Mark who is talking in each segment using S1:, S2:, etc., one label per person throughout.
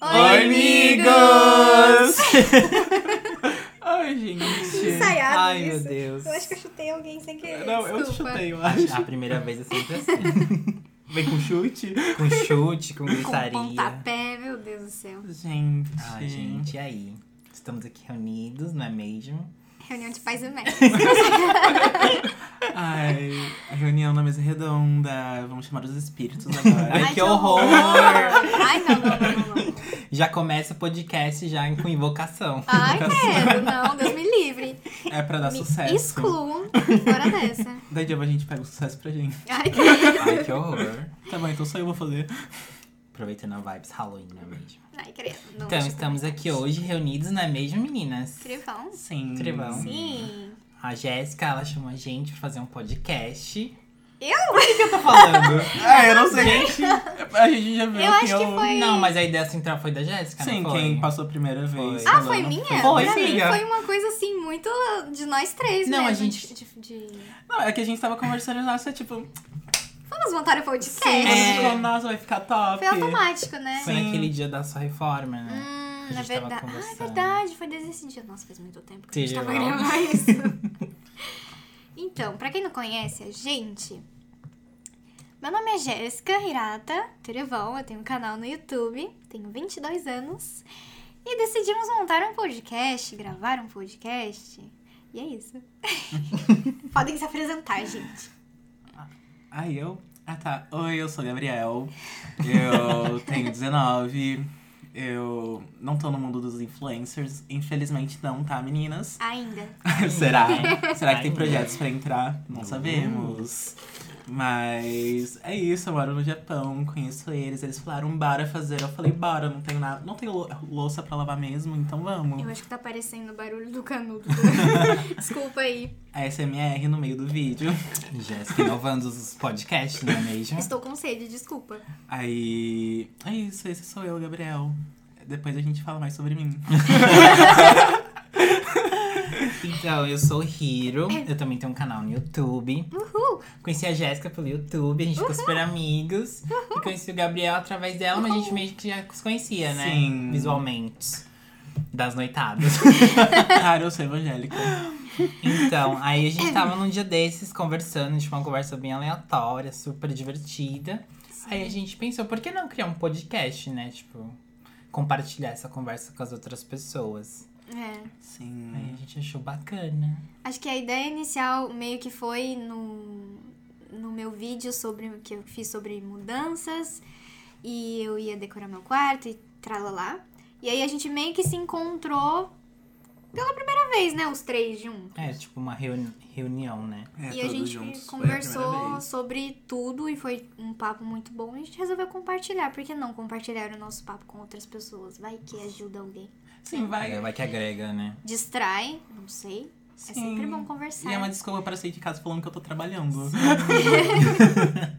S1: Oi, amigos! Ai, gente.
S2: Ensaiado
S1: Ai,
S2: isso.
S1: meu Deus.
S2: Eu acho que eu chutei alguém sem querer.
S1: Não, eu te
S2: desculpa.
S1: chutei, eu acho.
S3: A primeira vez é sempre assim.
S1: Vem com chute.
S3: Com chute, com
S2: Com
S3: gritaria.
S2: pontapé, meu Deus do céu.
S1: Gente.
S3: Ai, gente, e aí? Estamos aqui reunidos, não é mesmo?
S2: Reunião de pais e mestres.
S1: Ai, reunião na mesa redonda. Vamos chamar os espíritos agora.
S3: Ai,
S2: Ai,
S3: que
S2: que
S3: horror!
S2: Ai, não, não, não, não, não.
S3: Já começa o podcast já com invocação.
S2: Ai,
S1: Tá
S2: credo, não, Deus me livre.
S1: É pra dar
S2: me
S1: sucesso.
S2: excluam fora dessa.
S1: Daí Diaba, a gente pega o sucesso pra gente.
S2: Ai, credo.
S3: Ai, que horror.
S1: Tá bom, então só eu vou fazer.
S3: Aproveitando a vibes Halloween, não é mesmo?
S2: Ai, credo. Não,
S3: Então,
S2: acho
S3: estamos aqui hoje reunidos, não é mesmo, meninas?
S2: que- Crivão.
S1: Sim.
S3: Trevão.
S2: Sim.
S3: A Jéssica, ela chamou a gente pra fazer um podcast.
S2: Eu?
S3: O que eu tô falando?
S1: É, eu não sei. Gente, a gente já viu
S2: Eu acho que foi-
S3: Não, mas a ideia central foi da Jéssica,
S1: Sim,
S3: não foi?
S1: quem passou a primeira vez.
S2: Ah,
S1: falando
S2: foi minha?
S3: Foi,
S2: pra mim
S3: filha.
S2: foi uma coisa assim, muito de nós três,
S3: Não,
S2: mesmo.
S3: a gente-
S2: De, de...
S1: Não, é que a gente tava conversando lá, você tipo,
S2: Vamos montar o podcast.
S1: sim,
S3: É.
S1: você ficou, nossa, vai ficar top.
S2: Foi automático, né?
S3: Foi
S1: Sim.
S3: naquele dia da sua reforma, né?
S2: Hum,
S3: A
S2: na
S3: gente tava
S2: verdade. Ah, é
S3: conversando.
S2: verdade, foi desde esse dia. Nossa, faz muito tempo que a gente
S3: Sim,
S2: tava
S3: geral.
S2: gravar isso. então, pra quem não conhece a gente, meu nome é Jéssica Hirata Terevão, eu tenho um canal no YouTube, tenho 22 anos e decidimos montar um podcast, gravar um podcast. E é isso. Podem se apresentar, gente.
S1: Aí eu. Ah tá. Oi, eu sou o Gabriel. Eu tenho 19. Eu não tô no mundo dos influencers. Infelizmente não, tá, meninas?
S2: Ainda.
S1: Será?
S3: Ai,
S1: Será que tem
S3: ai,
S1: projetos pra entrar? Não
S3: Hum.
S1: sabemos. Mas é isso, eu moro no Japão, conheço eles, eles falaram bora fazer. Eu falei, bora, não tenho nada, não tenho lou- louça pra lavar mesmo, então vamos.
S2: Eu acho que tá aparecendo o barulho do canudo. Desculpa aí.
S1: A SMR no meio do vídeo.
S3: Jéssica inovando os podcasts, não é mesmo?
S2: Estou com sede, desculpa.
S1: Aí. É isso, esse sou eu, Gabriel. Depois a gente fala mais sobre mim.
S3: Então, eu sou o Hiro, eu também tenho um canal no YouTube.
S2: Uhul!
S3: Conheci a Jéssica pelo YouTube, a gente ficou super amigos. E conheci o Gabriel através dela, mas a gente meio que já se conhecia, né?
S1: Sim.
S3: Visualmente. Das noitadas.
S1: Cara, eu sou evangélica.
S3: Então, aí a gente tava num dia desses conversando, tipo, uma conversa bem aleatória, super divertida. Aí a gente pensou, por que não criar um podcast, né? Tipo, compartilhar essa conversa com as outras pessoas.
S2: É.
S3: Aí
S1: Sim.
S3: a gente achou bacana.
S2: Acho que a ideia inicial meio que foi no, no meu vídeo sobre o que eu fiz sobre mudanças e eu ia decorar meu quarto e tralalá. E aí a gente meio que se encontrou pela primeira vez, né? Os três juntos.
S3: É, tipo, uma reuni- reunião, né?
S1: É,
S2: e a
S1: todos
S2: gente
S1: juntos, foi a primeira
S2: conversou
S1: vez.
S2: sobre tudo e foi um papo muito bom. E a gente resolveu compartilhar. Por que não compartilhar o nosso papo com outras pessoas? Vai que ajuda alguém.
S1: Sim, vai.
S3: Vai, É, vai que agrega, né?
S2: Distrai, não sei. É sempre
S1: Sim.
S2: bom conversar.
S1: E é uma desculpa para sair de casa falando que eu tô trabalhando.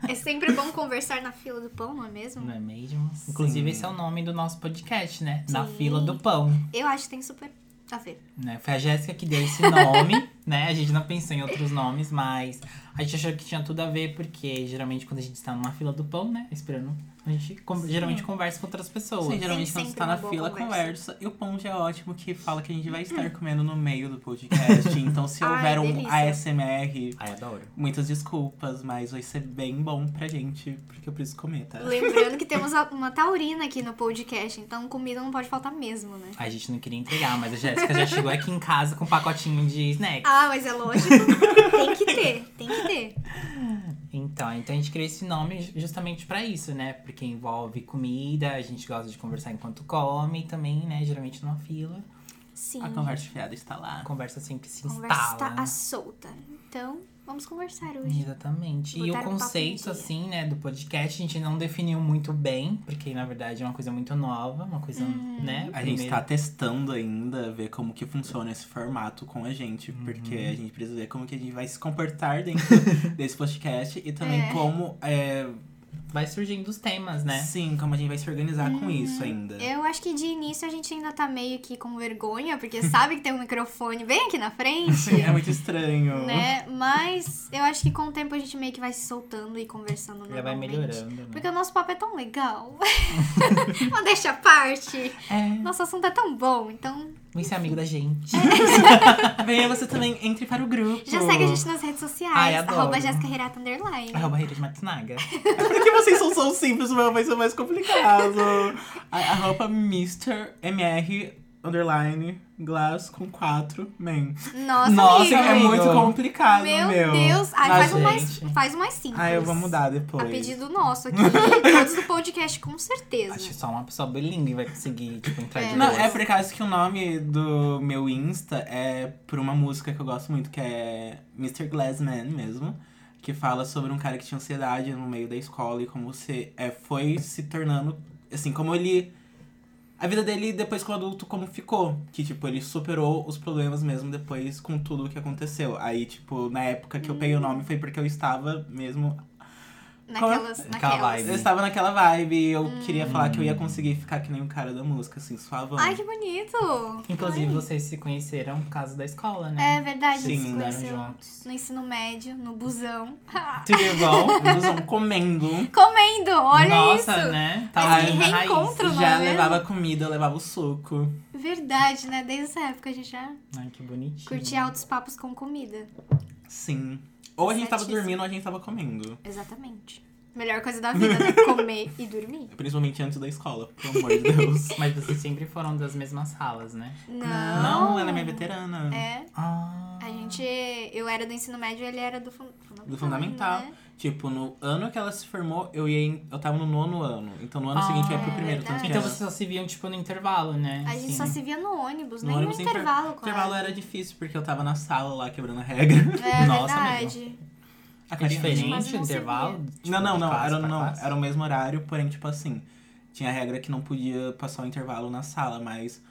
S2: É sempre bom conversar na fila do pão, não é mesmo?
S3: Não é mesmo? Inclusive, esse é o nome do nosso podcast, né? Na
S2: Sim.
S3: fila do pão.
S2: Eu acho que tem super a ver.
S3: né? Foi a Jéssica que deu esse nome, né? A gente não pensou em outros nomes, mas a gente achou que tinha tudo a ver, porque geralmente quando a gente está numa fila do pão, né? Esperando, a gente con- geralmente conversa com outras pessoas.
S1: Sim, geralmente quando você
S2: sempre
S1: tá na
S2: uma boa
S1: fila,
S2: conversa.
S1: conversa. E o pão já é ótimo que fala que a gente vai estar comendo no meio do podcast. então, se
S2: Ai,
S1: houver um
S2: delícia.
S1: ASMR,
S3: Ai, adoro.
S1: muitas desculpas, mas vai ser bem bom pra gente, porque eu preciso comer, tá?
S2: Lembrando que temos a- uma taurina aqui no podcast, então comida não pode faltar mesmo, né?
S3: A gente não queria entregar, mas a Jéssica já chegou aqui em casa com um pacotinho de snack.
S2: Ah, mas é lógico. tem que ter, tem que ter.
S3: Então, então a gente criou esse nome ju- justamente pra isso, né? Porque envolve comida, a gente gosta de conversar enquanto come também, né? Geralmente numa fila.
S2: Sim.
S3: Ah,
S1: A conversa fiada está
S3: A
S1: lá.
S3: conversa sempre se
S2: a
S3: instala.
S2: conversa está
S3: tá né?
S2: à solta. Então, vamos conversar hoje.
S3: Exatamente. E
S2: Botar o
S3: o
S2: um papo em
S3: conceito,
S2: dia.
S3: assim, né, do podcast, a gente não definiu muito bem, porque na verdade é uma coisa muito nova, uma coisa,
S2: Uhum.
S3: né?
S1: A gente
S3: primeira-
S1: tá testando ainda, ver como que funciona esse formato com a gente, porque a gente precisa ver como que a gente vai se comportar dentro desse podcast e também
S2: É.
S1: como é,
S3: vai surgindo os temas, né?
S1: Sim, como a gente vai se organizar com isso ainda.
S2: Uhum. Eu acho que de início a gente ainda tá meio que com vergonha, porque sabe que tem um microfone bem aqui na frente,
S1: Sim, é muito estranho.
S2: né? Mas eu acho que com o tempo a gente meio que vai se soltando e conversando
S3: Já vai
S2: normalmente.
S3: melhorando, né?
S2: Porque o nosso papo é tão legal. Uma deixa à parte.
S3: É,
S2: Nosso assunto é tão bom, então
S3: vem ser amigo da gente.
S2: É.
S1: Venha você também, entre para o grupo.
S2: já segue a gente nas redes sociais.
S3: Ai, adoro. Ah.
S2: arroba Jéssica Hirata Underline.
S3: Arroba Rede Matinaga.
S1: Por que É vocês são tão simples? O meu vai ser mais complicado. A, a roupa Mr. MR underline glass com 4 men.
S2: Nossa,
S3: Nossa,
S1: Sim,
S2: amigo.
S1: é
S3: amigo.
S1: muito complicado,
S2: Meu,
S1: meu.
S2: Deus. Ai,
S1: Ah,
S2: faz, um mais,
S3: gente.
S2: faz um mais simples.
S1: Ah, eu vou mudar
S2: A
S1: depois.
S2: pedido nosso aqui, todos do podcast, com certeza.
S3: Acho que só uma pessoa bilingue vai conseguir, tipo, entrar
S2: É.
S3: de
S1: Não,
S3: boa.
S1: é por causa que o nome do meu Insta é por uma música que eu gosto muito, que é Mr. Glassman mesmo. Que fala sobre um cara que tinha ansiedade no meio da escola e como você é, foi se tornando. Assim, como ele. A vida dele depois como adulto, como ficou. Que, tipo, ele superou os problemas mesmo depois com tudo o que aconteceu. Aí, tipo, na época que eu
S2: Hum.
S1: peguei o nome foi porque eu estava mesmo
S2: Naquelas,
S1: Aquela
S2: naquelas.
S3: vibe.
S1: eu estava naquela vibe e eu
S2: Hum.
S1: queria falar que eu ia conseguir ficar que nem o cara da música, assim, suavão.
S2: Ai, que bonito!
S3: Inclusive, vocês se conheceram por causa da escola, né?
S2: É verdade,
S1: Sim,
S2: eles se
S3: andaram
S2: conheceram
S3: juntos.
S2: no ensino médio, no busão.
S3: Tudo bom?
S1: Tipo, Eles vão comendo.
S2: Comendo, olha
S3: Nossa,
S2: isso!
S3: né?
S2: Mas
S3: lá
S2: que
S3: na raiz.
S2: reencontro, não
S1: Já
S2: é mesmo?
S1: levava comida, eu levava o suco.
S2: Verdade, né? Desde essa época a gente já
S3: Ai, que bonitinho.
S1: Hum.
S2: curtia altos papos com comida.
S1: Sim. Ou a gente tava
S2: Certíssimo.
S1: dormindo ou a gente tava comendo.
S2: Exatamente. Melhor coisa da vida, né? Comer e dormir.
S1: Principalmente antes da escola, pelo amor de Deus.
S3: Mas vocês sempre foram das mesmas salas, né?
S2: Não.
S1: Não, ela é minha veterana.
S2: É,
S3: Ah.
S2: a gente. Eu era do ensino médio e ele era do, fun fundamental.
S1: Do fundamental.
S2: né?
S1: Tipo, no ano que ela se formou, eu ia em- eu tava no nono ano. Então no ano seguinte eu ia pro
S2: Ah,
S1: primeiro. Tanto que
S3: Então
S1: era-
S3: vocês só se viam, tipo, no intervalo, né?
S2: A gente
S3: Assim.
S2: só se via no ônibus,
S1: No
S2: nem no
S1: ônibus tem inter-
S2: intervalo, quase.
S1: intervalo era difícil, porque eu tava na sala lá quebrando a regra.
S2: É
S3: Nossa,
S2: verdade.
S1: A
S3: É
S1: Karina-
S2: Mas
S3: diferente
S2: tipo, não
S3: o
S2: se
S3: intervalo? Tipo,
S1: não, não,
S3: de
S1: não.
S3: classe
S1: Era,
S3: pra
S1: não
S3: classe?
S1: era um- o mesmo horário, porém, tipo assim. Tinha a regra que não podia passar o intervalo na sala, mas.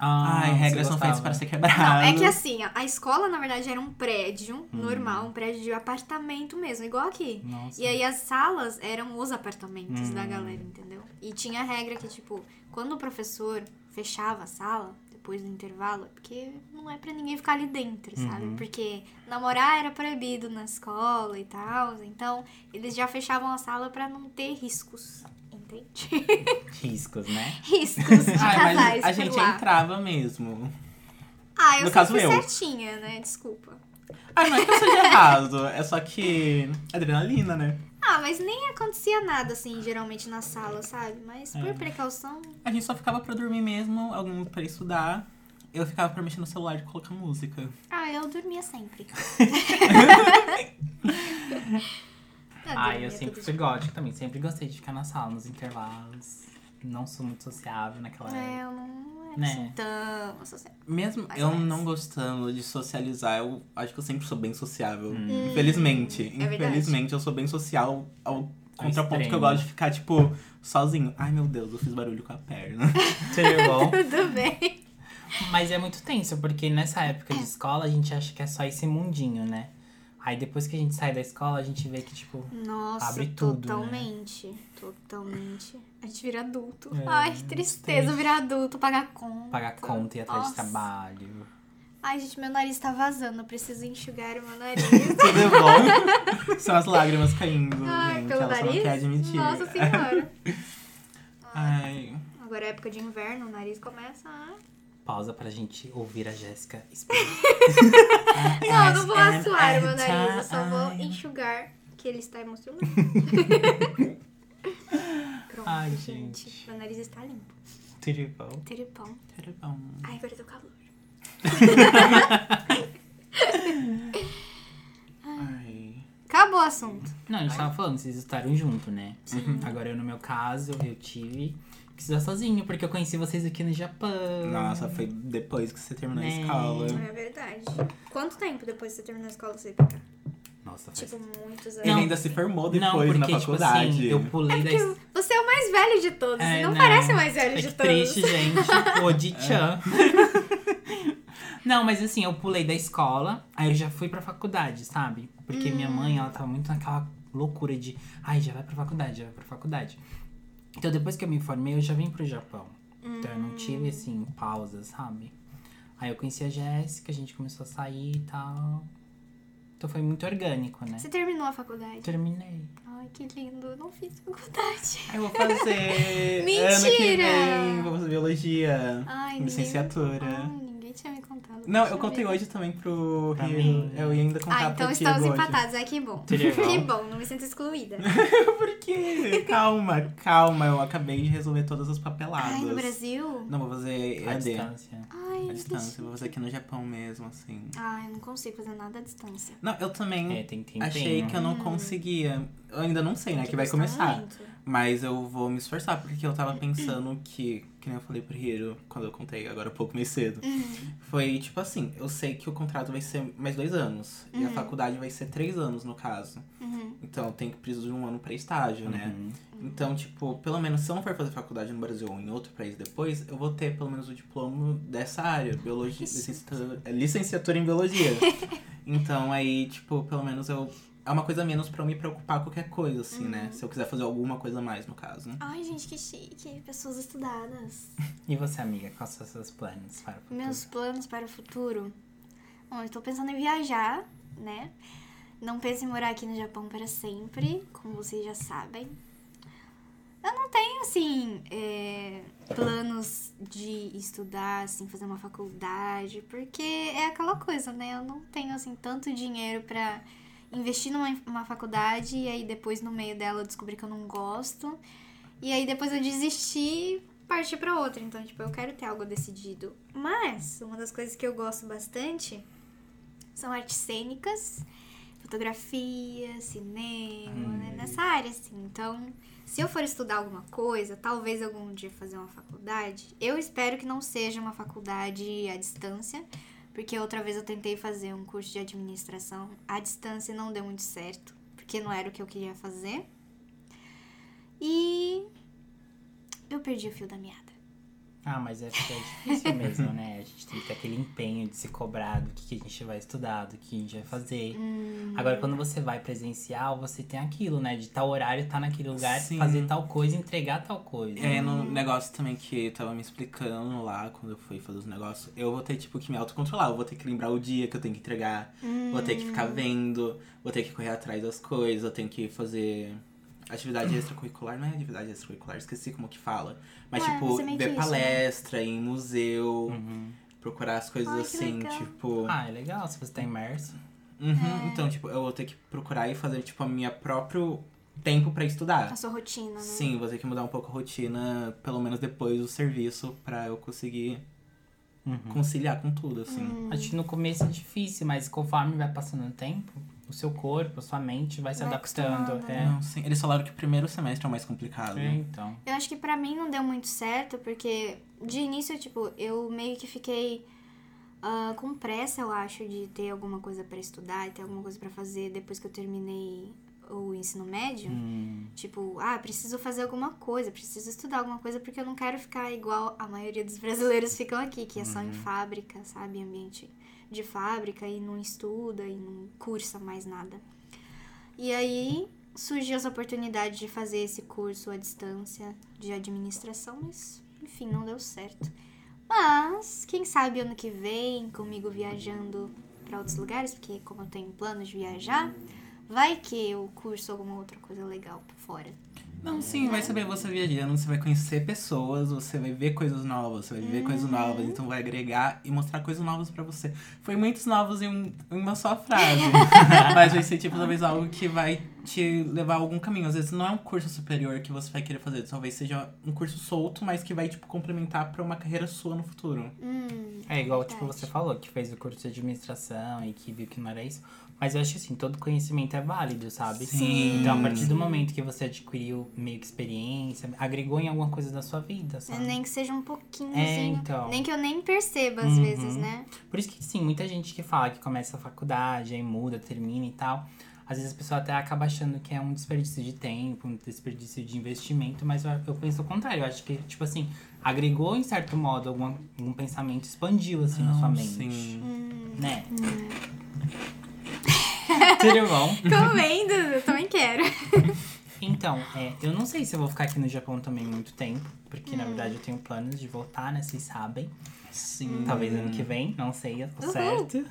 S3: Ah,
S1: ai,
S3: você
S1: regras são
S3: gostava.
S1: feitas para ser quebradas.
S2: Não, é que assim, ó, a escola, na verdade, era um
S1: Hum.
S2: prédio normal, um prédio de apartamento mesmo, igual aqui.
S3: Nossa.
S2: E aí as salas eram os apartamentos
S3: Hum.
S2: da galera, entendeu? E tinha a regra que, tipo, quando o professor fechava a sala, depois do intervalo, é porque não é pra ninguém ficar ali dentro, sabe?
S3: Uhum.
S2: Porque namorar era proibido na escola e tal, então eles já fechavam a sala pra não ter riscos, entende?
S3: Riscos, né?
S2: riscos de
S1: Ai,
S2: casais
S1: Ah, mas a
S2: por
S1: gente
S2: lá.
S1: entrava mesmo.
S2: Ah, eu
S1: no
S2: sempre
S1: caso,
S2: fui
S1: eu.
S2: certinha, né? Desculpa.
S1: Ai, não é que eu seja errado. É só que. Adrenalina, né?
S2: Ah, mas nem acontecia nada assim, geralmente na sala, sabe? Mas por
S3: É.
S2: precaução.
S1: A gente só ficava pra dormir mesmo, alguns pra estudar. Eu ficava pra mexer no celular e colocar música.
S2: Ah, eu dormia sempre.
S3: Ah,
S2: dormia
S3: eu sempre
S2: todo
S3: fui
S2: dia.
S3: gótica também. Sempre gostei de ficar na sala, nos intervalos. Não sou muito sociável naquela época.
S2: É, eu não era
S3: Né?
S2: assim tão associada.
S1: Mesmo
S2: Mais
S1: eu
S2: ou menos.
S1: não gostando de socializar, eu acho que eu sempre sou bem sociável.
S3: Hum.
S1: Infelizmente.
S2: É verdade.
S1: infelizmente, eu sou bem social ao
S3: Ao
S1: contraponto que eu
S3: extremo.
S1: gosto de ficar, tipo, sozinho. Ai, meu Deus, eu fiz barulho com a perna.
S3: Seria bom.
S2: Tudo bem.
S3: Mas é muito tenso, porque nessa época de escola a gente acha que é só esse mundinho, né? Aí depois que a gente sai da escola, a gente vê que, tipo,
S2: Nossa,
S3: Abre tudo, né?
S2: totalmente. Totalmente. A gente vira adulto.
S3: É,
S2: Ai, que tristeza
S3: triste.
S2: virar adulto, pagar conta.
S3: pagar conta e ir atrás de
S2: Nossa.
S3: trabalho.
S2: Ai, gente, meu nariz tá vazando. Eu preciso enxugar o meu nariz.
S1: Tudo é bom? São as lágrimas caindo,
S3: Hum,
S2: Ai,
S1: gente.
S2: pelo
S1: Ela só não
S2: nariz?
S1: quer é admitir.
S2: Nossa senhora.
S1: Ai.
S2: Agora é época de inverno, o nariz começa a.
S3: Pausa pra gente ouvir a Jéssica explicar.
S2: Não, eu não vou
S3: é,
S2: assoar o meu nariz, eu só vou enxugar que ele está emocionado. Pronto,
S3: Ai,
S2: gente.
S3: gente.
S2: Meu nariz está limpo.
S3: Tudo bom?
S2: Teripão.
S1: Tudo bom.
S2: Ai, agora deu calor.
S1: Ai.
S2: Acabou o assunto.
S3: Não, a gente tava falando, vocês estavam junto, né? Agora, eu, no meu caso, eu tive que estudar sozinho, porque eu conheci vocês aqui no Japão.
S1: Nossa, foi depois que você terminou a
S3: Né.
S1: escola.
S2: É verdade. Quanto tempo depois que você terminou a escola você veio pra cá?
S3: Nossa, faz...
S2: Tipo, muitos
S1: Ele
S2: anos.
S3: Não.
S1: ainda se formou
S3: não,
S1: depois
S3: porque,
S1: na
S3: tipo
S1: faculdade.
S3: assim, eu pulei da...
S2: Porque você é o mais velho de todos.
S3: É,
S2: e não
S3: né?
S2: parece o mais velho
S3: É
S2: de
S3: que
S2: todos.
S3: triste, gente. O Odichan. Não, mas assim, eu pulei da escola, aí eu já fui pra faculdade, sabe? Porque minha mãe, ela tava muito naquela loucura de, ai, já vai pra faculdade, já vai pra faculdade. Então, depois que eu me formei, eu já vim pro Japão. Então, eu não tive, assim, pausa, sabe? Aí eu conheci a Jéssica, a gente começou a sair e tal. Então, foi muito orgânico, né?
S2: Você terminou a faculdade?
S3: Terminei.
S2: Ai, que lindo. Eu não fiz faculdade.
S3: Aí eu vou fazer.
S1: Ano que
S2: Mentira!
S1: vem, vamos fazer biologia.
S2: Ai,
S3: é
S2: Ah,
S1: Licenciatura.
S2: Ninguém... Ai, ninguém tinha me contado.
S1: Não,
S2: Puxa
S1: eu contei
S2: vida.
S1: hoje também pro
S3: Pra
S1: Rio.
S3: mim. né?
S1: Eu ia ainda contar
S2: Ah, então
S1: pro Tiago
S2: estamos
S1: hoje.
S2: empatados. Ai, que bom.
S3: Entendeu?
S2: Que bom, não me sinto excluída.
S1: Por quê? Calma, calma. Eu acabei de resolver todas as papeladas.
S2: Ai, no Brasil?
S1: Não, vou fazer
S3: A
S1: EAD.
S3: distância.
S2: Ai,
S1: A distância.
S2: que-
S1: Eu vou fazer aqui no Japão mesmo, assim.
S2: Ai, eu não consigo fazer nada à distância.
S1: Não, eu também
S3: É, tem tempinho.
S1: Hum. achei que eu
S2: Hum.
S1: não conseguia. Eu ainda não sei, né?
S2: Tem
S1: Que vai
S2: gostar
S1: começar.
S2: muito.
S1: Mas eu vou me esforçar, porque eu tava pensando que, que nem eu falei pro Hiro quando eu contei agora um pouco mais cedo. Foi tipo assim, eu sei que o contrato vai ser mais dois anos. E a faculdade vai ser três anos, no caso.
S2: Uhum.
S1: Então eu tenho que preciso de um ano pra estágio, né?
S3: Uhum.
S1: Então, tipo, pelo menos se eu não for fazer faculdade no Brasil ou em outro país depois, eu vou ter pelo menos o diploma dessa área, biologia, licenciatura, é, licenciatura em biologia. então, aí, tipo, pelo menos eu é uma coisa a menos pra eu me preocupar com qualquer coisa assim, né? Se eu quiser fazer alguma coisa a mais no caso, né?
S2: Ai, gente, que chique. Pessoas estudadas.
S3: E você, amiga, quais são os seus planos para o futuro?
S2: Meus planos para o futuro? Bom, eu tô pensando em viajar, né? Não penso em morar aqui no Japão para sempre, como vocês já sabem. Eu não tenho, assim, é, planos de estudar, assim, fazer uma faculdade, porque é aquela coisa, né? Eu não tenho, assim, tanto dinheiro para investir numa uma faculdade e aí depois no meio dela eu descobrir que eu não gosto. E aí depois eu desisti e parti pra outra. Então, tipo, eu quero ter algo decidido. Mas, uma das coisas que eu gosto bastante são artes cênicas, fotografia, cinema, né? Nessa área, assim. Então, se eu for estudar alguma coisa, talvez algum dia fazer uma faculdade, eu espero que não seja uma faculdade à distância. Porque outra vez eu tentei fazer um curso de administração à distância e não deu muito certo. Porque não era o que eu queria fazer. E eu perdi o fio da meada.
S3: Ah, mas acho que é difícil mesmo, né? A gente tem que ter aquele empenho de se cobrar do que, que a gente vai estudar, do que a gente vai fazer. Agora, quando você vai presencial, você tem aquilo, né? De tal horário, tá naquele lugar,
S1: Sim.
S3: fazer tal coisa, entregar tal coisa.
S1: E aí, É, no
S2: Hum.
S1: negócio também que tava me explicando lá, quando eu fui fazer os negócios, eu vou ter, tipo, que me autocontrolar. Eu vou ter que lembrar o dia que eu tenho que entregar. Vou ter que ficar
S2: Hum.
S1: vendo. Vou ter que correr atrás das coisas. Eu tenho que fazer atividade
S2: Hum.
S1: extracurricular. Não é atividade extracurricular, esqueci como que fala. Mas,
S2: Ué,
S1: tipo,
S2: mas é meio que
S1: ver
S2: isso, né?
S1: palestra, ir em museu.
S3: Uhum.
S1: Procurar as coisas
S2: Ai, que
S1: assim,
S2: legal. É.
S1: tipo...
S3: Ah, é legal se você tá imerso.
S1: Uhum, Então, tipo, eu vou ter que procurar e fazer, tipo, a minha próprio tempo pra estudar.
S2: A sua rotina, né?
S1: Sim, vou ter que mudar um pouco a rotina, pelo menos depois do serviço, pra eu conseguir
S3: Uhum.
S1: conciliar com tudo, assim.
S3: Acho que no começo é difícil, mas conforme vai passando o tempo, o seu corpo, a sua mente vai se
S2: Vai
S3: adaptando.
S2: acostumando,
S3: É.
S1: Não, sim. Eles falaram que o primeiro semestre é o mais complicado.
S3: É, então.
S2: Eu acho que pra mim não deu muito certo, porque de início, tipo, eu meio que fiquei ah, com pressa, eu acho, de ter alguma coisa pra estudar e ter alguma coisa pra fazer depois que eu terminei o ensino médio.
S3: Hum,
S2: Tipo, ah, preciso fazer alguma coisa, preciso estudar alguma coisa, porque eu não quero ficar igual a maioria dos brasileiros ficam aqui, que é só em fábrica, sabe? Ambiente de fábrica e não estuda e não cursa mais nada. E aí surgiu essa oportunidade de fazer esse curso à distância de administração, mas enfim, não deu certo. Mas, quem sabe ano que vem, comigo viajando pra outros lugares, porque como eu tenho plano de viajar, vai que eu curso alguma outra coisa legal por fora.
S1: Não, sim, vai saber você viajando, você vai conhecer pessoas, você vai ver coisas novas, você vai viver coisas novas, então vai agregar e mostrar coisas novas pra você. Foi muitos novos em, um- em uma só frase. Mas vai ser tipo talvez algo que vai te levar a algum caminho. Às vezes não é um curso superior que você vai querer fazer, talvez seja um curso solto, mas que vai tipo complementar pra uma carreira sua no futuro.
S2: Hum,
S3: é igual, tipo,
S2: Verdade.
S3: você falou, que fez o curso de administração e que viu que não era isso. Mas eu acho que, assim, todo conhecimento é válido, sabe?
S1: Sim.
S3: Então, a partir do momento que você adquiriu meio que experiência, agregou em alguma coisa da sua vida, sabe?
S2: nem que seja um pouquinho,
S3: Tá. É,
S2: assim,
S3: então.
S2: Nem que eu nem perceba, às
S3: Uhum.
S2: vezes, né?
S3: Por isso que, sim, muita gente que fala que começa a faculdade, aí muda, termina e tal. Às vezes a pessoa até acaba achando que é um desperdício de tempo, um desperdício de investimento, mas eu, eu penso o contrário. Eu acho que, tipo assim, agregou em certo modo algum, algum pensamento,
S2: Hum.
S3: expandiu, assim, na sua mente.
S1: Sim.
S3: Né? Tudo bom?
S2: Comendo, eu também quero.
S3: Então, é, eu não sei se eu vou ficar aqui no Japão também muito tempo, porque na verdade eu tenho planos de voltar, né? Vocês sabem.
S2: Hum.
S1: Sim.
S3: Talvez ano que vem, não sei ao
S2: Uhul.
S3: certo.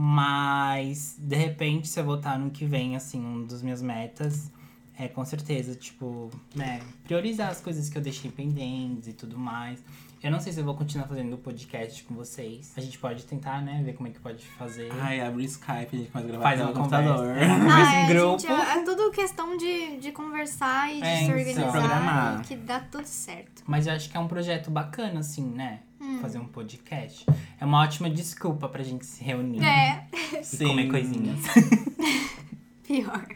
S3: Mas, de repente, se eu voltar ano que vem, assim, um dos minhas metas é com certeza, tipo, né, priorizar as coisas que eu deixei pendentes e tudo mais. Eu não sei se eu vou continuar fazendo o podcast com vocês. A gente pode tentar, né, ver como é que pode fazer.
S1: Ai, abre o Skype, a gente começa a gravar
S3: Faz
S1: pelo
S3: uma computador.
S1: computador.
S3: Mas
S2: é,
S3: em grupo.
S2: gente, é, é tudo questão de, de conversar e de
S3: É,
S2: se
S3: então.
S2: organizar.
S1: Programar.
S2: e que dá tudo certo.
S3: Mas eu acho que é um projeto bacana, assim, né?
S2: Hum.
S3: Fazer um podcast. É uma ótima desculpa pra gente se reunir
S2: É,
S3: e comer coisinhas.
S2: pior.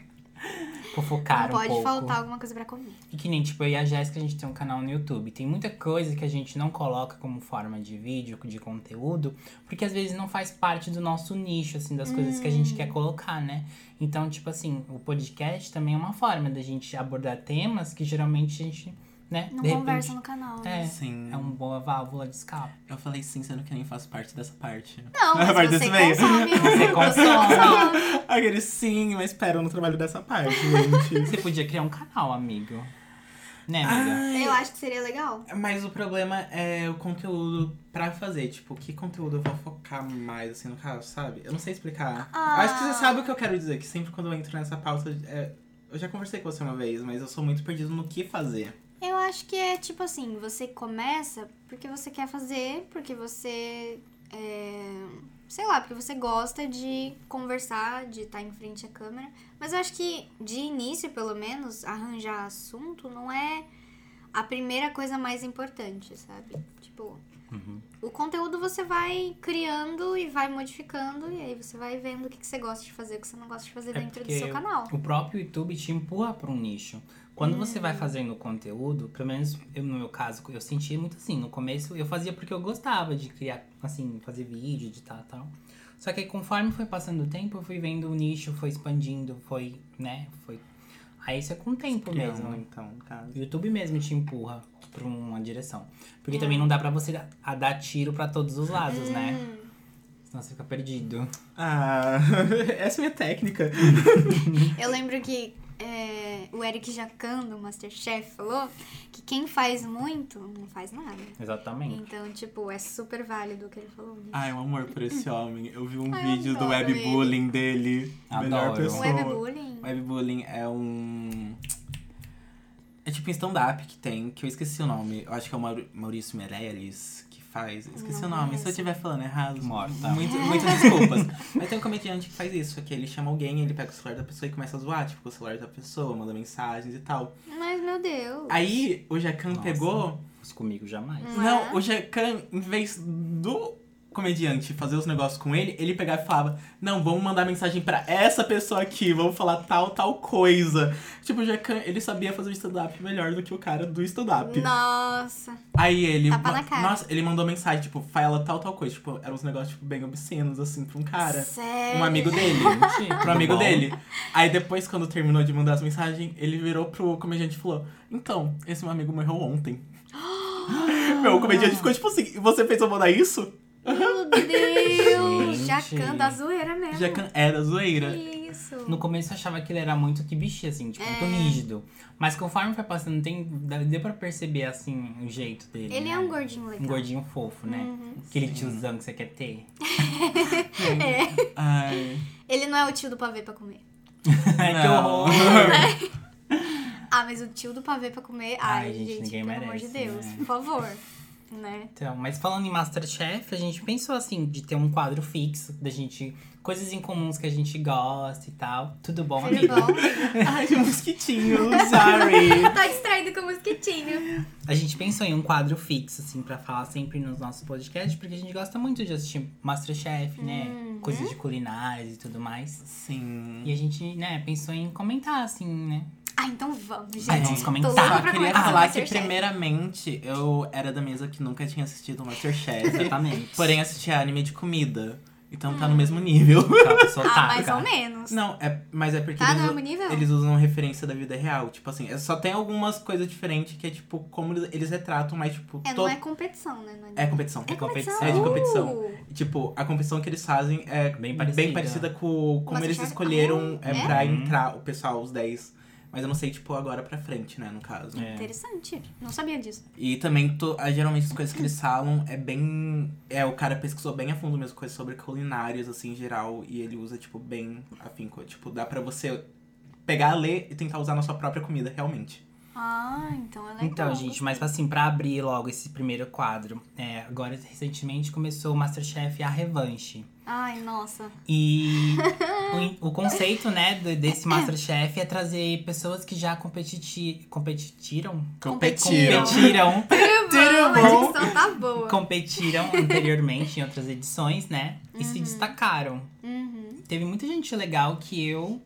S3: Fofocar
S2: Não
S3: um
S2: pode
S3: pouco.
S2: faltar alguma coisa pra comer.
S3: E que nem, tipo, eu e a Jéssica, a gente tem um canal no YouTube. Tem muita coisa que a gente não coloca como forma de vídeo, de conteúdo, porque às vezes não faz parte do nosso nicho, assim, das coisas que a
S2: Hum.
S3: gente quer colocar, né? Então, tipo assim, o podcast também é uma forma da gente abordar temas que geralmente a gente, né,
S2: Não
S3: de
S2: conversa
S3: repente...
S2: no canal. né?
S3: É,
S1: Sim.
S3: é uma boa válvula de escape.
S1: um- Eu falei sim, sendo que nem faço parte dessa parte.
S2: Não, mas
S1: Vai
S2: você
S1: desse meio.
S2: consome. Você
S3: consome.
S2: consome.
S1: Aquele sim, mas espera, eu não trabalho dessa parte, gente.
S3: Você podia criar um canal, amigo. Né, amiga?
S1: Ai,
S2: Eu acho que seria legal.
S1: Mas o problema é o conteúdo pra fazer. Tipo, que conteúdo eu vou focar mais, assim, no caso, sabe? Eu não sei explicar.
S2: Ah.
S1: Acho que você sabe o que eu quero dizer, que sempre quando eu entro nessa pauta. é, Eu já conversei com você uma vez, mas eu sou muito perdido no que fazer.
S2: Eu acho que é tipo assim, você começa porque você quer fazer, porque você. é, sei lá, porque você gosta de conversar, de estar em frente à câmera. Mas eu acho que, de início, pelo menos, arranjar assunto não é a primeira coisa mais importante, sabe? Tipo,
S3: Uhum.
S2: o conteúdo você vai criando e vai modificando, e aí você vai vendo o que, que você gosta de fazer, o que você não gosta de fazer
S3: É
S2: dentro do
S3: porque
S2: seu canal.
S3: O próprio YouTube te empurra para um nicho. Quando você vai fazendo conteúdo, pelo menos eu, no meu caso, eu senti muito assim. No começo eu fazia porque eu gostava de criar, assim, fazer vídeo, editar e tal. Só que aí, conforme foi passando o tempo, eu fui vendo o nicho, foi expandindo, foi, né, foi... Aí isso é com o tempo mesmo.
S1: Não, então, no caso.
S3: O YouTube mesmo te empurra pra uma direção. Porque também não dá pra você dar- a dar tiro pra todos os lados, né?
S2: Hum,
S3: Senão você fica perdido.
S1: Ah, essa é a minha técnica.
S2: eu lembro que é, o Eric Jacan, do Masterchef, falou que quem faz muito não faz nada.
S3: Exatamente.
S2: Então, tipo, é super válido o que ele falou. né?
S1: Ai, um amor por esse homem. Eu vi um
S2: Ai, eu
S1: vídeo do
S2: adoro
S1: webbullying dele. Melhor
S3: Adoro.
S2: O
S1: pessoa.
S2: webbullying.
S1: Webbullying é um. É tipo um stand-up que tem, que eu esqueci o nome. Eu acho que é o Mauri- Maurício Meirelles que faz. Eu Esqueci
S2: Não
S1: o nome.
S2: conheço.
S1: Se
S2: É.
S1: eu estiver falando errado,
S3: Morta.
S1: Muito, muitas desculpas. Mas tem um comediante que faz isso, que ele chama alguém, ele pega o celular da pessoa e começa a zoar, tipo, com o celular da pessoa, manda mensagens e tal.
S2: Mas, meu Deus.
S1: Ah, Aí o Jacan
S3: Nossa.
S1: pegou.
S3: Isso comigo jamais.
S2: Não é?
S1: Não, o Jacan, em vez do comediante fazer os negócios com ele, ele pegava e falava: Não, vamos mandar mensagem pra essa pessoa aqui, vamos falar tal, tal coisa. Tipo, o Jacan, ele sabia fazer o stand-up melhor do que o cara do stand-up.
S2: Nossa.
S1: Aí ele.
S2: Tapa
S1: ma-
S2: na cara.
S1: Nossa, ele mandou mensagem, tipo, fala tal, tal coisa. Tipo, eram uns negócios tipo, bem obscenos, assim, pra um cara.
S2: sério.
S1: Um amigo dele.
S3: Gente,
S1: Pro amigo
S3: Tá bom.
S1: dele. Aí depois, quando terminou de mandar as mensagens, ele virou pro comediante e falou: Então, esse meu amigo morreu ontem. meu, o comediante ficou tipo assim: Você fez eu mandar isso?
S2: Meu Deus.
S3: Gente.
S2: Jacan da zoeira mesmo.
S1: Jacan era
S2: Que
S1: zoeira.
S2: isso.
S3: No começo eu achava que ele era muito que bichi, assim, tipo,
S2: É.
S3: muito rígido. Mas conforme foi passando, tem, deu pra perceber, assim, o jeito dele.
S2: Ele
S3: né?
S2: é um gordinho legal. Uhum.
S3: Um gordinho fofo, né? Aquele tiozão que você quer ter.
S1: Ai.
S2: É, Ele não é o tio do pavê pra comer.
S3: que
S1: Não.
S3: horror!
S2: Ah, mas o tio do pavê pra comer. Ai, gente,
S3: ninguém
S2: pelo
S3: merece,
S2: amor de Deus,
S3: né?
S2: por favor. Né?
S3: Então, mas falando em Masterchef, a gente pensou, assim, de ter um quadro fixo, da gente... Coisas em comuns que a gente gosta e tal. Tudo bom,
S2: Tudo
S3: amigo?
S2: bom?
S1: Ai, de mosquitinho, sorry.
S2: tá distraído com o mosquitinho.
S3: A gente pensou em um quadro fixo, assim, pra falar sempre nos nossos podcasts, porque a gente gosta muito de assistir Masterchef, né?
S2: Uhum.
S3: Coisas de culinárias e tudo mais.
S1: Sim.
S3: E a gente, né, pensou em comentar, assim, né?
S2: Ah, então vamos, gente.
S3: Ai, vamos comentar.
S2: Tô
S1: Tá,
S2: louca pra
S1: queria
S2: começar o
S1: falar que
S2: Masterchef.
S1: primeiramente eu era da mesa que nunca tinha assistido o Masterchef.
S3: Exatamente.
S1: Porém, assistia anime de comida. Então tá no mesmo nível.
S3: Tá, sou
S2: Ah,
S3: otário,
S2: mais
S3: cara.
S2: ou menos.
S1: Não, é, mas é porque
S2: Tá no
S1: eles,
S2: mesmo nível?
S1: eles usam referência da vida real. Tipo assim, é- só tem algumas coisas diferentes que é tipo como eles, eles retratam, mas tipo.
S2: É, não
S1: todo-
S2: é competição, né? Não
S1: é competição.
S2: É competição.
S1: É de competição.
S2: Uh!
S1: Tipo, a competição que eles fazem é
S3: Bem parecida.
S1: com como
S2: Mas
S1: eles
S2: acharam-
S1: escolheram
S2: Ah,
S1: é,
S2: é?
S1: pra
S3: Uhum.
S1: entrar o pessoal, os 10. Mas eu não sei, tipo, agora pra frente, né, no caso.
S3: É.
S2: Interessante. Não sabia disso.
S1: E também, to- ah, geralmente, as coisas que eles falam é bem. É, o cara pesquisou bem a fundo mesmo coisas sobre culinárias, assim, em geral. E ele usa, tipo, bem afinco. Tipo, dá pra você pegar, ler e tentar usar na sua própria comida, realmente.
S2: Ah, então é legal.
S3: Então, gente, mas assim, pra abrir logo esse primeiro quadro, é, agora recentemente começou o Masterchef A Revanche.
S2: Ai, nossa.
S3: E o in- o, conceito, né, do- desse Masterchef é trazer pessoas que já competiti competitiram?
S2: Competiram.
S3: Competiram.
S2: Tudo
S3: bom?
S2: A dicção tá boa.
S3: competiram anteriormente em outras edições, né? E se destacaram.
S2: Uhum.
S3: Teve muita gente legal que eu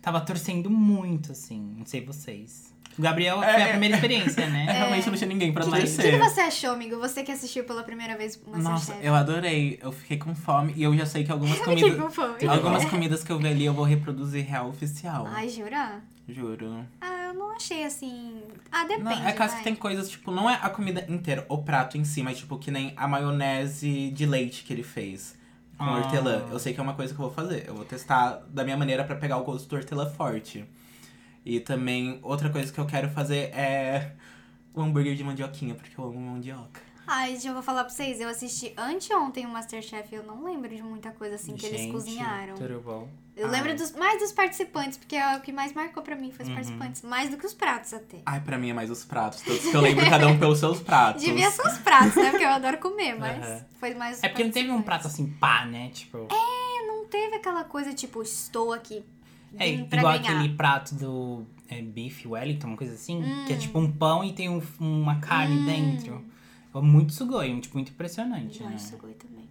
S3: tava torcendo muito, assim. Não sei vocês. O Gabriel foi a
S1: É.
S3: primeira experiência, né?
S1: É, realmente não tinha ninguém pra
S3: Que-
S2: O que,
S1: aparecer.
S2: que que você achou, amigo? Você que assistiu pela primeira vez o
S1: Nossa,
S2: Masterchef?
S1: eu adorei. Eu fiquei com fome e eu já sei que algumas
S2: Fiquei
S1: comidas.
S2: com fome.
S1: Algumas comidas que eu vi ali eu vou reproduzir real oficial.
S2: Ai, jura?
S1: Juro.
S2: Ah, eu não achei assim. Ah, depende.
S1: Não, é caso
S2: vai.
S1: que tem coisas, tipo, não é a comida inteira, o prato em si, mas tipo, que nem a maionese de leite que ele fez com
S3: Ah.
S1: hortelã. Eu sei que é uma coisa que eu vou fazer. Eu vou testar da minha maneira pra pegar o gosto do hortelã forte. E também, outra coisa que eu quero fazer é o hambúrguer de mandioquinha, porque eu amo mandioca.
S2: Ai, gente, eu vou falar pra vocês. Eu assisti anteontem o Masterchef. Eu não lembro de muita coisa assim que eles
S3: Gente,
S2: cozinharam.
S3: Tudo bom.
S2: Eu
S3: Ai.
S2: lembro dos, mais dos participantes, porque é o que mais marcou pra mim foi os
S3: Uhum.
S2: participantes. Mais do que os pratos até.
S1: Ai, pra mim é mais os pratos, todos que eu lembro, cada um pelos seus pratos.
S2: Devia ser os pratos, né? Porque eu adoro comer, mas
S3: Aham.
S2: foi mais os
S3: É porque não teve um prato
S2: participantes.
S3: assim pá, né? Tipo,
S2: Não teve aquela coisa tipo, estou aqui.
S3: é,
S2: vim pra
S3: igual
S2: ganhar.
S3: aquele prato do é, beef Wellington, uma coisa assim, que é
S2: Hum.
S3: tipo um pão e tem um- uma carne
S2: Hum.
S3: dentro. Foi Muito sugoi, tipo, muito impressionante,
S2: Eu
S3: né?
S2: acho sugoi também.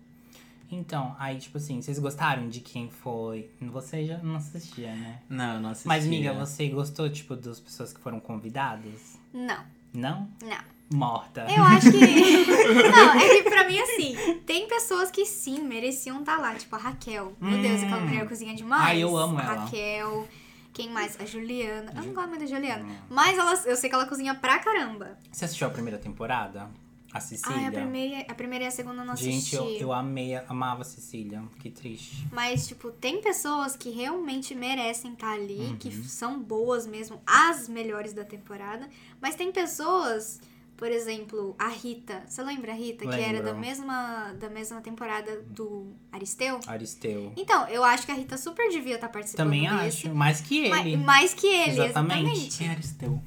S3: Então, aí, tipo assim, vocês gostaram de quem foi? Você já não assistia, né?
S1: Não, não assisti.
S3: Mas, miga, você gostou, tipo, das pessoas que foram convidadas?
S2: Não,
S3: Não?
S2: não.
S3: Morta.
S2: Eu acho que. Não, é que pra mim, assim, tem pessoas que sim mereciam estar lá. Tipo, a Raquel. Meu Deus,
S3: Hum.
S2: aquela mulher é cozinha demais.
S3: Ai, eu amo
S2: a
S3: ela.
S2: Raquel. Quem mais? A Juliana. Eu não gosto muito da Juliana.
S3: Hum.
S2: Mas ela, eu sei que ela cozinha pra caramba.
S3: Você assistiu a primeira temporada? A Cecília?
S2: Ai, a primeira, a primeira e a segunda eu não assisti.
S3: Gente, eu, eu amei, amava a Cecília. Que triste.
S2: Mas, tipo, tem pessoas que realmente merecem estar ali,
S3: Uhum.
S2: que f- são boas mesmo, as melhores da temporada. Mas tem pessoas, por exemplo, a Rita. Você lembra a Rita, que era da
S3: Lembro.
S2: mesma, da mesma temporada do Aristeu?
S3: Aristeu.
S2: Então, eu acho que a Rita super devia estar participando
S3: Também
S2: desse.
S3: acho. Mais que ele.
S2: Ma- mais que ele,
S3: Exatamente.
S2: exatamente.
S1: Quem era Aristeu?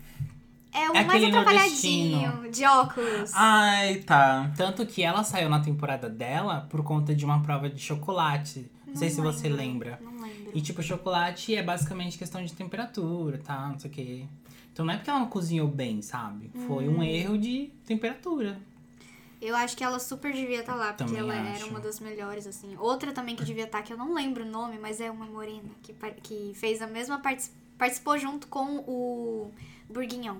S2: É o
S3: É
S2: mais
S3: aquele Ah,
S2: atrapalhadinho, de óculos.
S1: Ai, tá.
S3: Tanto que ela saiu na temporada dela por conta de uma prova de chocolate. Não, sei se você lembra.
S2: Não lembro.
S3: E tipo, chocolate é basicamente questão de temperatura, tá? Não sei o quê. Então não é porque ela não cozinhou bem, sabe? Foi
S2: Hum.
S3: um erro de temperatura.
S2: Eu acho que ela super devia estar lá, porque
S3: Também
S2: ela era
S3: acho.
S2: uma das melhores, assim. Outra também que devia estar, que eu não lembro o nome, mas é uma morena, que, par- que fez a mesma partic- participou junto com o Burguinhão.